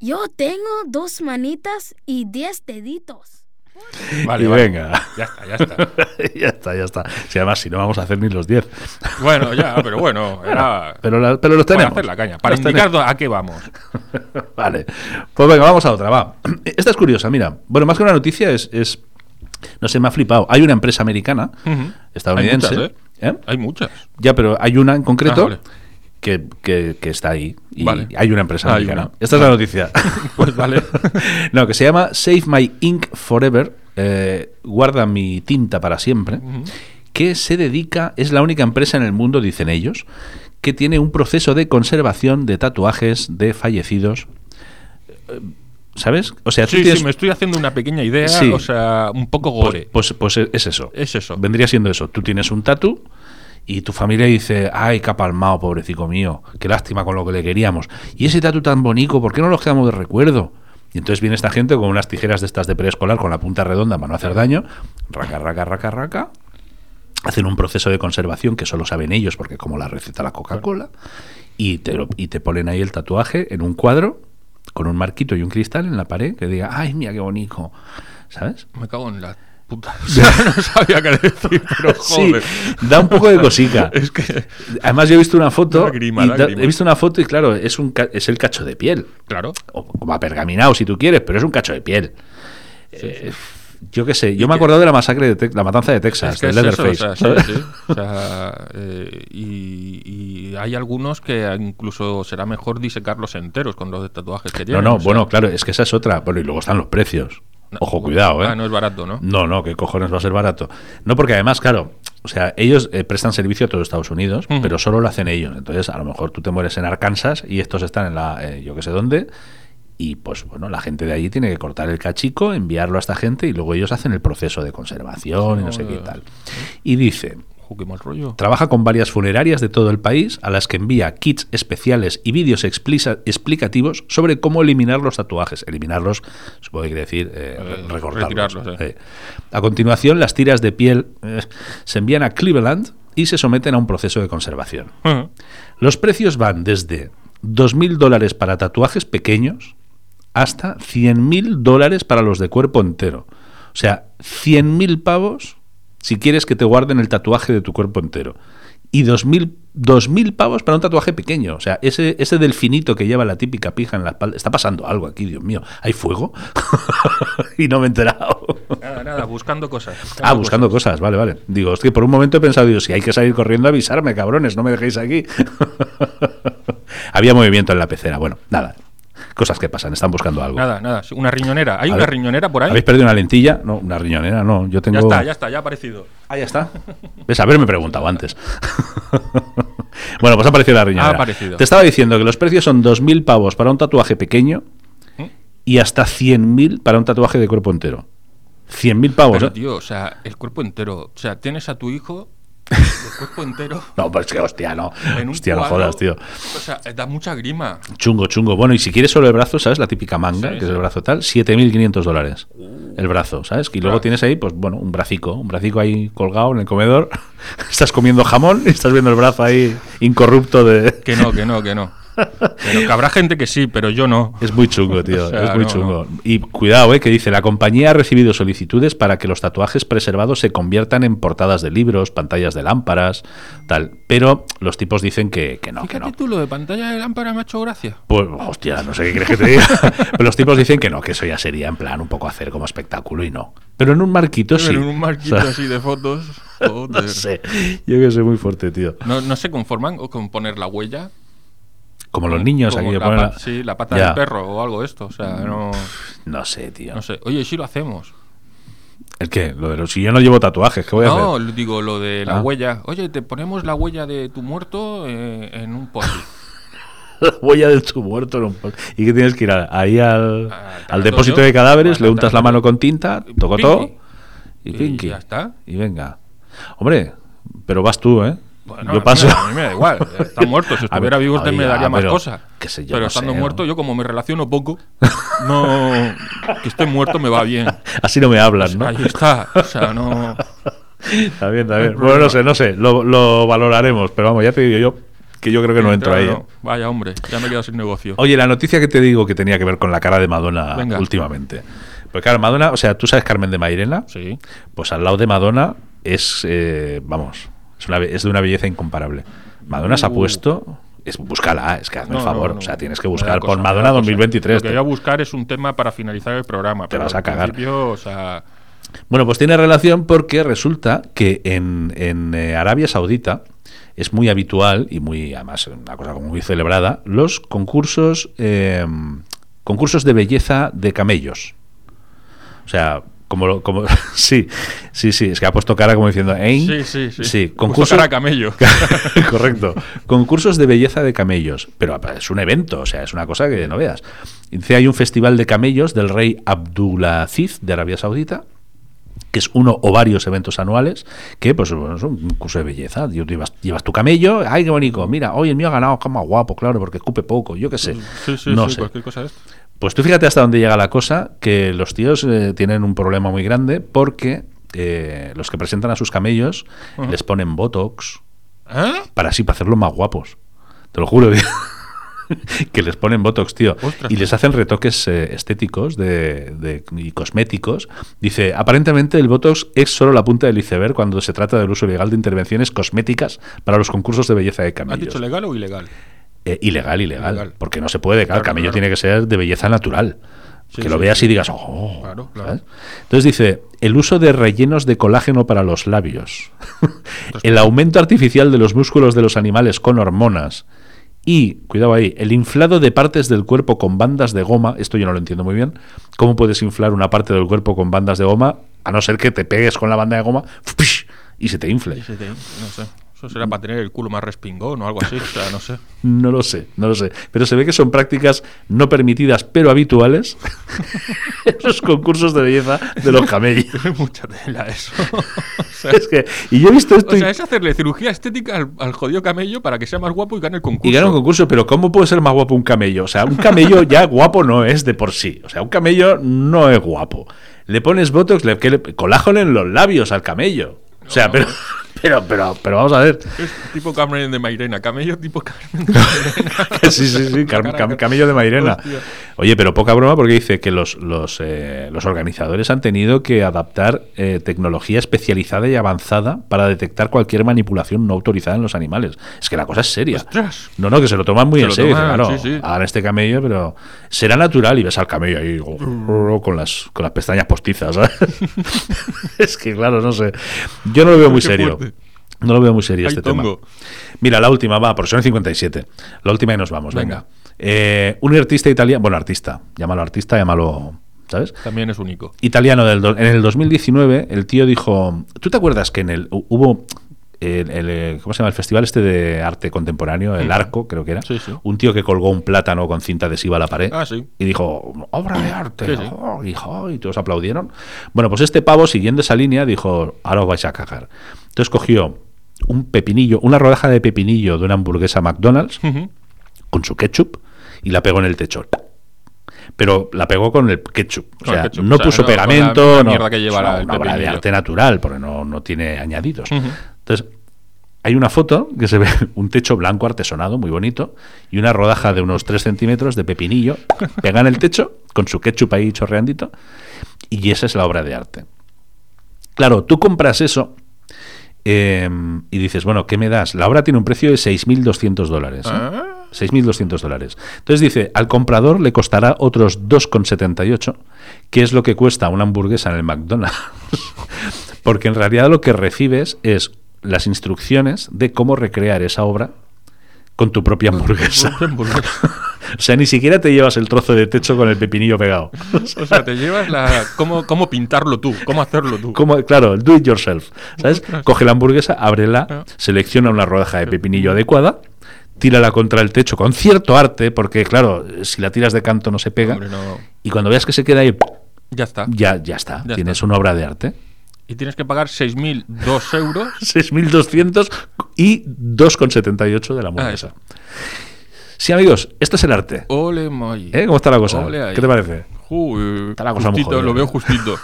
S3: Yo tengo dos manitas y diez deditos.
S2: Ah, Vale,
S1: y
S2: vale.
S1: venga.
S2: Ya está, ya está.
S1: ya está, ya está. Si además, si no vamos a hacer ni los 10.
S2: Bueno, ya, pero bueno, era.
S1: Pero, la- pero los
S2: para
S1: tenemos.
S2: hacer la caña, para
S1: Los
S2: indicar a qué vamos.
S1: Vale. Pues venga, vamos a otra, va. Esta es curiosa, mira. Bueno, más que una noticia es... es- no sé, me ha flipado. Hay una empresa americana,
S2: Ujú.
S1: estadounidense...
S2: Hay muchas,
S1: ¿eh?
S2: Hay muchas.
S1: Ya, pero hay una en concreto
S2: Ah, vale.
S1: que, que- que está ahí. Y
S2: Vale. Ah,
S1: hay una empresa
S2: Hay
S1: americana.
S2: una.
S1: Esta es la noticia.
S2: Pues vale.
S1: no, que se llama Save My Ink Forever. eh, guarda mi tinta para siempre. Que se dedica, es la única empresa en el mundo, dicen ellos, que tiene un proceso de conservación de tatuajes de fallecidos. Eh, ¿Sabes? O sea, tú
S2: Sí,
S1: tienes-
S2: sí, me estoy haciendo una pequeña idea,
S1: Sí.
S2: o sea, un poco gore.
S1: pues, pues, pues es eso.
S2: Es eso.
S1: Vendría siendo eso. Tú tienes un tatu y tu familia dice, ay, qué palmao, pobrecito mío, qué lástima con lo que le queríamos. Y ese tatu tan bonito, ¿por qué no lo quedamos de recuerdo? Y entonces viene esta gente con unas tijeras de estas de preescolar con la punta redonda para no hacer daño, raca, raca, raca, raca. Hacen un proceso de conservación que solo saben ellos porque es como la receta la Coca-Cola y te, lo- y te ponen ahí el tatuaje en un cuadro con un marquito y un cristal en la pared que diga, ay, mira qué bonito, ¿sabes?
S2: Me cago en la puta. O sea, no sabía qué decir, pero
S1: Sí,
S2: joder.
S1: da un poco de cosica.
S2: Es que,
S1: Además, yo he visto una foto.
S2: Lágrima,
S1: y da-
S2: lágrima.
S1: He visto una foto y, claro, es, un ca- es el cacho de piel.
S2: claro.
S1: O como apergaminado, si tú quieres, pero es un cacho de piel. Eh, yo qué sé, yo me he acordado de la masacre de Tex- la matanza de Texas,
S2: Es que
S1: de
S2: es eso, o
S1: Leatherface.
S2: sea, sí, sí. O sea, eh, y, y hay algunos que incluso será mejor disecarlos enteros con los tatuajes que
S1: No,
S2: tienen.
S1: no,
S2: o sea.
S1: bueno, claro, es que esa es otra. Bueno, y luego están los precios.
S2: No,
S1: Ojo,
S2: bueno,
S1: cuidado, ¿eh?
S2: Ah, no es barato, ¿no?
S1: No, no, que cojones va a ser barato. No, porque además, claro, o sea, ellos eh, prestan servicio a todos Estados Unidos,
S2: Ujú.
S1: pero solo lo hacen ellos. Entonces, a lo mejor tú te mueres en Arkansas y estos están en la, eh, yo qué sé dónde, y pues bueno, la gente de allí tiene que cortar el cachico, enviarlo a esta gente y luego ellos hacen el proceso de conservación y no sé qué y tal. Y dice,
S2: Ojo, qué mal rollo.
S1: Trabaja con varias funerarias de todo el país a las que envía kits especiales y vídeos explisa- explicativos sobre cómo eliminar los tatuajes. Eliminarlos, supongo que quiere decir eh, re-
S2: Eh,
S1: recortarlos.
S2: retirarlos, eh.
S1: Eh. A continuación, las tiras de piel eh, se envían a Cleveland y se someten a un proceso de conservación.
S2: Ujú.
S1: Los precios van desde 2.000 dólares para tatuajes pequeños hasta 100.000 dólares para los de cuerpo entero. O sea, 100.000 pavos si quieres que te guarden el tatuaje de tu cuerpo entero. Y 2.000, 2000 pavos para un tatuaje pequeño. O sea, ese, ese delfinito que lleva la típica pija en la espalda. Está pasando algo aquí, Dios mío. ¿Hay fuego? y no me he enterado.
S2: Nada, nada, buscando cosas.
S1: Ah, buscando cosas, vale, vale. Digo, es que por un momento he pensado, digo, si hay que salir corriendo, avisarme, cabrones, no me dejéis aquí. Había movimiento en la pecera, bueno, nada. Cosas que pasan, están buscando algo.
S2: Nada, nada. sí, Una riñonera. ¿Hay
S1: A
S2: una
S1: ver,
S2: riñonera por ahí?
S1: ¿Habéis perdido una lentilla? No, una riñonera, no. Yo tengo.
S2: Ya está, ya está, ya ha aparecido.
S1: Ah, ya está. ¿Ves? Haberme preguntado antes. bueno, pues ha aparecido la riñonera.
S2: Ha aparecido.
S1: Te estaba diciendo que los precios son 2.000 pavos para un tatuaje pequeño
S2: ¿Eh?
S1: y hasta 100.000 para un tatuaje de cuerpo entero. 100.000 pavos,
S2: Pero,
S1: ¿eh?
S2: tío, o sea, el cuerpo entero. O sea, tienes a tu hijo, el cuerpo entero,
S1: No, pues que hostia, no.
S2: en un
S1: Hostia, no
S2: cuadro.
S1: jodas, tío.
S2: O sea, da mucha grima.
S1: Chungo, chungo. Bueno, y si quieres solo el brazo, ¿sabes? La típica manga,
S2: Sí,
S1: que
S2: sí. Uh.
S1: es el brazo tal, 7.500 dólares. El brazo, ¿sabes? Y luego
S2: Claro.
S1: tienes ahí, pues bueno, un bracico, un bracico ahí colgado en el comedor. estás comiendo jamón y estás viendo el brazo ahí incorrupto de...
S2: Que no, que no, que no. Pero que habrá gente que sí, pero yo no.
S1: Es muy chungo, tío.
S2: O sea,
S1: es muy
S2: no,
S1: chungo. Y cuidado, eh, que dice, la compañía ha recibido solicitudes para que los tatuajes preservados se conviertan en portadas de libros, pantallas de lámparas, tal. Pero los tipos dicen que, que no, que no.
S2: Fíjate tú, lo de pantalla de lámpara me ha hecho gracia.
S1: Pues, hostia, no sé qué crees que te diga. Pero los tipos dicen que no, que eso ya sería en plan un poco hacer como espectáculo y no. Pero en un marquito sí.
S2: Pero en un marquito
S1: O sea,
S2: así de fotos. joder.
S1: No sé. Yo que soy muy fuerte, tío.
S2: No, no se conforman o con poner la huella.
S1: Como los niños
S2: Como
S1: aquí que
S2: la
S1: ponen.
S2: pa-
S1: la-
S2: Sí, la pata
S1: Ya.
S2: del perro o algo de esto. O sea, no,
S1: No sé, tío.
S2: no sé. Oye, ¿y si lo hacemos.
S1: ¿El qué? Lo de los- si yo no llevo tatuajes, ¿qué voy a
S2: No,
S1: hacer?
S2: lo- digo lo de la
S1: Ah.
S2: huella. Oye, te ponemos la huella de tu muerto eh, en un post
S1: La huella de tu muerto. no puedo. ¿Y qué tienes que ir a- ahí al,
S2: Al
S1: al depósito de
S2: tanatorio.
S1: cadáveres?
S2: Al
S1: Le untas la
S2: tanatorio.
S1: mano con tinta, tocotó
S2: Ah, Pinky.
S1: y
S2: Y
S1: pinky.
S2: ya está.
S1: Y venga. Hombre, pero vas tú, ¿eh?
S2: Bueno,
S1: yo paso.
S2: A mí me da igual. Está muerto. Si
S1: A
S2: estuviera
S1: ver,
S2: vivo usted me
S1: oiga,
S2: daría más
S1: pero,
S2: cosas.
S1: qué sé yo,
S2: Pero
S1: no
S2: estando
S1: sé,
S2: muerto,
S1: ¿no?
S2: yo como me relaciono poco, no. Que esté muerto me va bien.
S1: Así no me hablan, ¿no?
S2: Ahí está. O sea, no.
S1: Está bien, está bien. Bueno,
S2: hay
S1: no
S2: problema.
S1: sé, no sé. Lo, lo valoraremos, pero vamos, ya te digo yo que yo creo que no entro ahí.
S2: Claro,
S1: ¿eh?
S2: Vaya, hombre, ya me he quedado sin negocio.
S1: Oye, la noticia que te digo que tenía que ver con la cara de Madonna
S2: Venga.
S1: últimamente. Pues claro, Madonna, o sea, tú sabes Carmen de Mairena,
S2: Sí.
S1: pues al lado de Madonna es, eh, vamos, es, una be- es de una belleza incomparable. Madonna se ha
S2: Uh.
S1: puesto, es, búscala, es que hazme
S2: No,
S1: el favor,
S2: no, no.
S1: o sea, tienes que
S2: Me da
S1: buscar
S2: cosa,
S1: por
S2: me da
S1: Madonna
S2: cosa.
S1: 2023.
S2: Lo que voy a buscar es un tema para finalizar el programa.
S1: Te
S2: pero
S1: vas a
S2: al
S1: cagar.
S2: principio, o sea,
S1: Bueno, pues tiene relación porque resulta que en, en, eh, Arabia Saudita es muy habitual y muy, además, una cosa como muy celebrada, los concursos, eh, concursos de belleza de camellos. O sea, como, lo- como sí, sí, sí, es que ha puesto cara como diciendo, ¿eh?
S2: sí, sí, sí.
S1: Sí,
S2: Justo
S1: concursos,
S2: cara a camello.
S1: Correcto. Concursos de belleza de camellos. Pero apa, es un evento, o sea, es una cosa que no veas. Y Dice, hay un festival de camellos del rey Abdulaziz de Arabia Saudita que es uno o varios eventos anuales, que pues bueno, es un curso de belleza. Yo- tú Llevas, llevas tu camello, ay, qué bonito, mira, hoy el mío ha ganado, qué más guapo, claro, porque escupe poco, yo qué sé.
S2: Mm, Sí, sí,
S1: no
S2: sí,
S1: sé.
S2: cualquier cosa de esto.
S1: Pues tú fíjate hasta dónde llega la cosa, que los tíos eh, tienen un problema muy grande porque eh, los que presentan a sus camellos
S2: Ujú.
S1: les ponen Botox
S2: ¿Ah?
S1: para así, para hacerlos más guapos. Te lo juro, tío. que les ponen Botox, tío.
S2: Ostras.
S1: Y les hacen retoques eh, estéticos de, de- y cosméticos. Dice, aparentemente el Botox es solo la punta del iceberg cuando se trata del uso legal de intervenciones cosméticas para los concursos de belleza de
S2: ¿Has
S1: camellos.
S2: dicho legal o ilegal?
S1: Eh, ilegal, ilegal,
S2: Ilegal.
S1: Porque no se puede, claro,
S2: Claro,
S1: el camello
S2: claro.
S1: tiene que ser de belleza natural.
S2: Sí,
S1: que lo
S2: sí,
S1: veas
S2: sí.
S1: y digas, oh.
S2: Claro, claro.
S1: ¿sabes? Entonces dice, el uso de rellenos de colágeno para los labios, el aumento artificial de los músculos de los animales con hormonas y, cuidado ahí, el inflado de partes del cuerpo con bandas de goma, esto yo no lo entiendo muy bien, ¿cómo puedes inflar una parte del cuerpo con bandas de goma a no ser que te pegues con la banda de goma y se te infle?
S2: Sí, sí, sí, No sé. Eso será para tener el culo más respingón o algo así. O sea, no sé.
S1: No lo sé, no lo sé. Pero se ve que son prácticas no permitidas, pero habituales, en los concursos de belleza de los camellos.
S2: Tiene mucha tela eso. o sea,
S1: Es que, y yo he visto
S2: o
S1: esto y,
S2: sea, es hacerle cirugía estética al, al jodido camello para que sea más guapo y gane el concurso.
S1: y gana un concurso, pero ¿cómo puede ser más guapo un camello? O sea, un camello ya guapo no es de por sí. O sea, un camello no es guapo. Le pones botox, le, que le- colágeno en los labios al camello. O sea, pero, pero, pero, pero vamos a ver.
S2: Es tipo Carmen de Mairena. Camello tipo Carmen de Mairena.
S1: sí, sí, sí, Cam-
S2: Cara, cara.
S1: Cam- Camillo de Mairena.
S2: Hostia.
S1: Oye, pero poca broma porque dice que los, los, eh, los organizadores han tenido que adaptar eh, tecnología especializada y avanzada para detectar cualquier manipulación no autorizada en los animales. Es que la cosa es seria.
S2: Ostras.
S1: No, no, que se lo toman muy
S2: Se
S1: en
S2: lo
S1: serio. Dicen,
S2: toman,
S1: claro,
S2: sí, sí.
S1: hagan este camello, pero será natural y ves al camello ahí go- go- con las, con las pestañas postizas. ¿sabes? es que, claro, no sé. Yo no lo veo muy
S2: Qué
S1: serio.
S2: fuerte.
S1: No lo veo muy serio
S2: Ay,
S1: este
S2: tongo.
S1: tema. Mira, la última va, por son 57. La última y nos vamos, venga.
S2: Venga.
S1: Eh, un artista italiano, bueno, artista, llámalo artista, llámalo, ¿sabes?
S2: También es único.
S1: Italiano, del do- en el 2019 el tío dijo, ¿tú te acuerdas que en el hu- hubo, el, el, eh, ¿cómo se llama? El festival este de arte contemporáneo, el Arco, creo que era,
S2: Sí, sí.
S1: un tío que colgó un plátano con cinta adhesiva a la pared
S2: Ah, sí.
S1: y dijo, obra de arte,
S2: Sí, sí.
S1: oh, y, oh, y todos aplaudieron. Bueno, pues este pavo, siguiendo esa línea, dijo, ahora os vais a cagar. Entonces cogió un pepinillo, una rodaja de pepinillo de una hamburguesa McDonald's
S2: Ujú.
S1: con su ketchup y la pegó en el techo. ¡Tac! Pero la pegó con el ketchup. O
S2: Con el
S1: sea,
S2: ketchup,
S1: no
S2: o sea,
S1: puso
S2: no, con la
S1: pegamento.
S2: misma
S1: no.
S2: mierda que lleva
S1: Es una-
S2: el
S1: una obra de
S2: pepinillo.
S1: arte natural, porque no, no tiene añadidos.
S2: Ujú.
S1: Entonces, hay una foto que se ve un techo blanco artesonado, muy bonito, y una rodaja de unos 3 centímetros de pepinillo pegada en el techo, con su ketchup ahí chorreandito, y esa es la obra de arte. Claro, tú compras eso eh, y dices, bueno, ¿qué me das? La obra tiene un precio de 6.200 dólares. ¿eh?
S2: Ah.
S1: 6.200 dólares. Entonces dice, al comprador le costará otros 2,78, que es lo que cuesta una hamburguesa en el McDonald's. Porque en realidad lo que recibes es las instrucciones de cómo recrear esa obra con tu propia hamburguesa. O sea, ni siquiera te llevas el trozo de techo con el pepinillo pegado.
S2: O sea, te llevas la. ¿Cómo, cómo pintarlo tú? ¿Cómo hacerlo tú?
S1: Como- claro, el do it yourself. ¿Sabes? Coge la hamburguesa, ábrela,
S2: Ah.
S1: selecciona una rodaja de pepinillo adecuada, tírala contra el techo con cierto arte, porque claro, si la tiras de canto no se pega.
S2: Hombre, no.
S1: Y cuando veas que se queda ahí,
S2: Ya está.
S1: ya, ya está.
S2: Ya
S1: Tienes
S2: está.
S1: una obra de arte.
S2: Y tienes que pagar 6.002 euros.
S1: 6.200 y 2,78
S2: Ah,
S1: de la hamburguesa. Sí, amigos, esto es el arte.
S2: Ole, may.
S1: ¿Eh? ¿Cómo está la cosa?
S2: Ole ahí.
S1: ¿Qué te parece?
S2: Uy,
S1: la cosa muy
S2: justito,
S1: jodida.
S2: lo veo justito.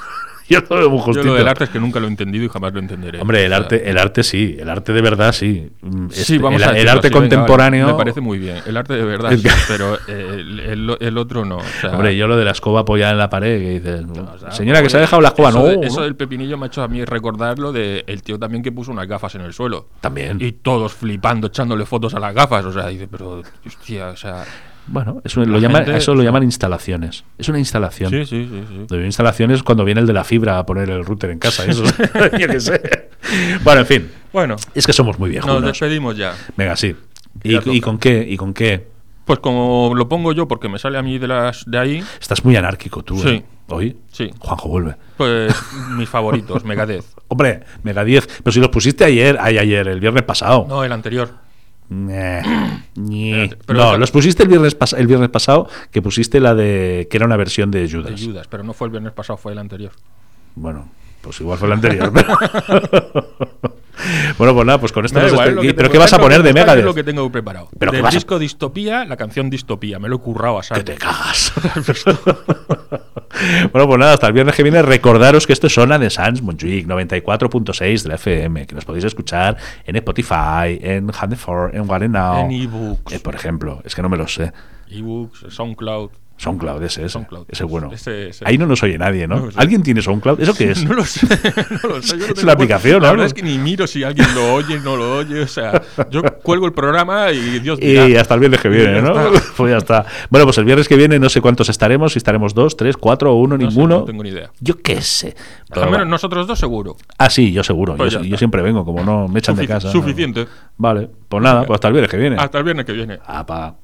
S1: yo lo veo muy
S2: Yo
S1: justito.
S2: lo del arte es que nunca lo he entendido y jamás lo entenderé.
S1: Hombre, el
S2: O sea,
S1: arte, el arte sí, el arte de verdad sí. Mm,
S2: sí,
S1: este,
S2: vamos
S1: el,
S2: a
S1: el
S2: decirlo
S1: arte
S2: así, venga,
S1: contemporáneo.
S2: vale, me parece muy bien. El arte de verdad,
S1: El-
S2: sí, pero eh, el, el- el otro no. o sea,
S1: Hombre, yo lo de la escoba apoyada en la pared, que dices,
S2: o sea,
S1: señora, que se ha
S2: oye,
S1: dejado la escoba,
S2: eso
S1: no.
S2: de- eso
S1: no.
S2: del pepinillo me ha hecho a mí recordar lo de el tío también que puso unas gafas en el suelo.
S1: También.
S2: Y todos flipando, echándole fotos a las gafas. O sea, dice, pero, hostia, o sea.
S1: Bueno, eso lo,
S2: La
S1: llaman,
S2: gente-
S1: eso lo llaman instalaciones. Es una instalación.
S2: Sí, sí, sí. sí.
S1: Lo de instalaciones es cuando viene el de la fibra a poner el router en casa. Eso, yo qué sé. Bueno, en fin,
S2: Bueno,
S1: es que somos muy viejos.
S2: nos despedimos ya.
S1: Venga, sí.
S2: Ya
S1: ¿Y, y
S2: toca.
S1: con qué? ¿Y con qué?
S2: Pues como lo pongo yo, porque me sale a mí de, las, de ahí,
S1: Estás muy anárquico tú.
S2: Sí.
S1: ¿eh? ¿Hoy?
S2: Sí.
S1: Juanjo, vuelve.
S2: pues mis favoritos, Megadeth.
S1: Hombre, Mega 10. Pero si los pusiste ayer, ay, ayer, el viernes pasado.
S2: No, el anterior.
S1: Ñe, ñe.
S2: Espérate, pero
S1: Eh, no,
S2: esa-
S1: los pusiste el viernes, pas- el viernes pasado, que pusiste la de. que era una versión de Judas.
S2: De Judas, pero no fue el viernes pasado, fue el anterior.
S1: Bueno, pues igual fue la anterior. pero- bueno, pues nada, pues con esto
S2: Me da
S1: nos
S2: igual,
S1: despe-
S2: lo que
S1: ¿Y-
S2: te
S1: ¿Pero
S2: propongo.
S1: qué vas a
S2: Esta
S1: poner de
S2: es
S1: Megadeth?
S2: lo que tengo preparado.
S1: ¿Pero qué
S2: Del
S1: vas a-
S2: disco Distopía, la canción Distopía. Me lo he currado a
S1: Que
S2: saco.
S1: te cagas. bueno, pues nada, hasta el viernes que viene recordaros que esto es Zona de Sans Montjuic 94.6 de la FM, que nos podéis escuchar en Spotify, en Handefor, en Guarenao,
S2: En ebooks.
S1: eh, por ejemplo, es que no me lo sé.
S2: Ebooks, SoundCloud.
S1: SoundCloud, ese, ese,
S2: SoundCloud.
S1: ese bueno.
S2: Ese- ese.
S1: Ahí no nos oye nadie, ¿no?
S2: No lo sé.
S1: ¿Alguien tiene SoundCloud? ¿Eso qué es?
S2: No lo sé, no lo sé. yo
S1: Es
S2: no tengo
S1: una
S2: cu-
S1: aplicación,
S2: La
S1: ¿no?
S2: verdad es que ni miro si alguien lo oye, no lo oye. O sea, yo cuelgo el programa y Dios dirá.
S1: Y hasta el viernes que
S2: Y ya
S1: viene, ¿no?
S2: está.
S1: Pues ya está. Bueno, pues el viernes que viene no sé cuántos estaremos, si estaremos dos, tres, cuatro o uno,
S2: No sé,
S1: ninguno.
S2: no tengo ni idea.
S1: Yo qué sé. Pero
S2: Al menos
S1: bueno.
S2: nosotros dos seguro.
S1: Ah, sí, yo seguro.
S2: Pues
S1: yo,
S2: ya
S1: yo
S2: está.
S1: siempre vengo, como no me echan de
S2: Sufici-
S1: casa. ¿no?
S2: suficiente. Ah.
S1: Vale, pues nada, pues hasta el viernes que viene.
S2: Hasta el viernes que viene.
S1: Apa.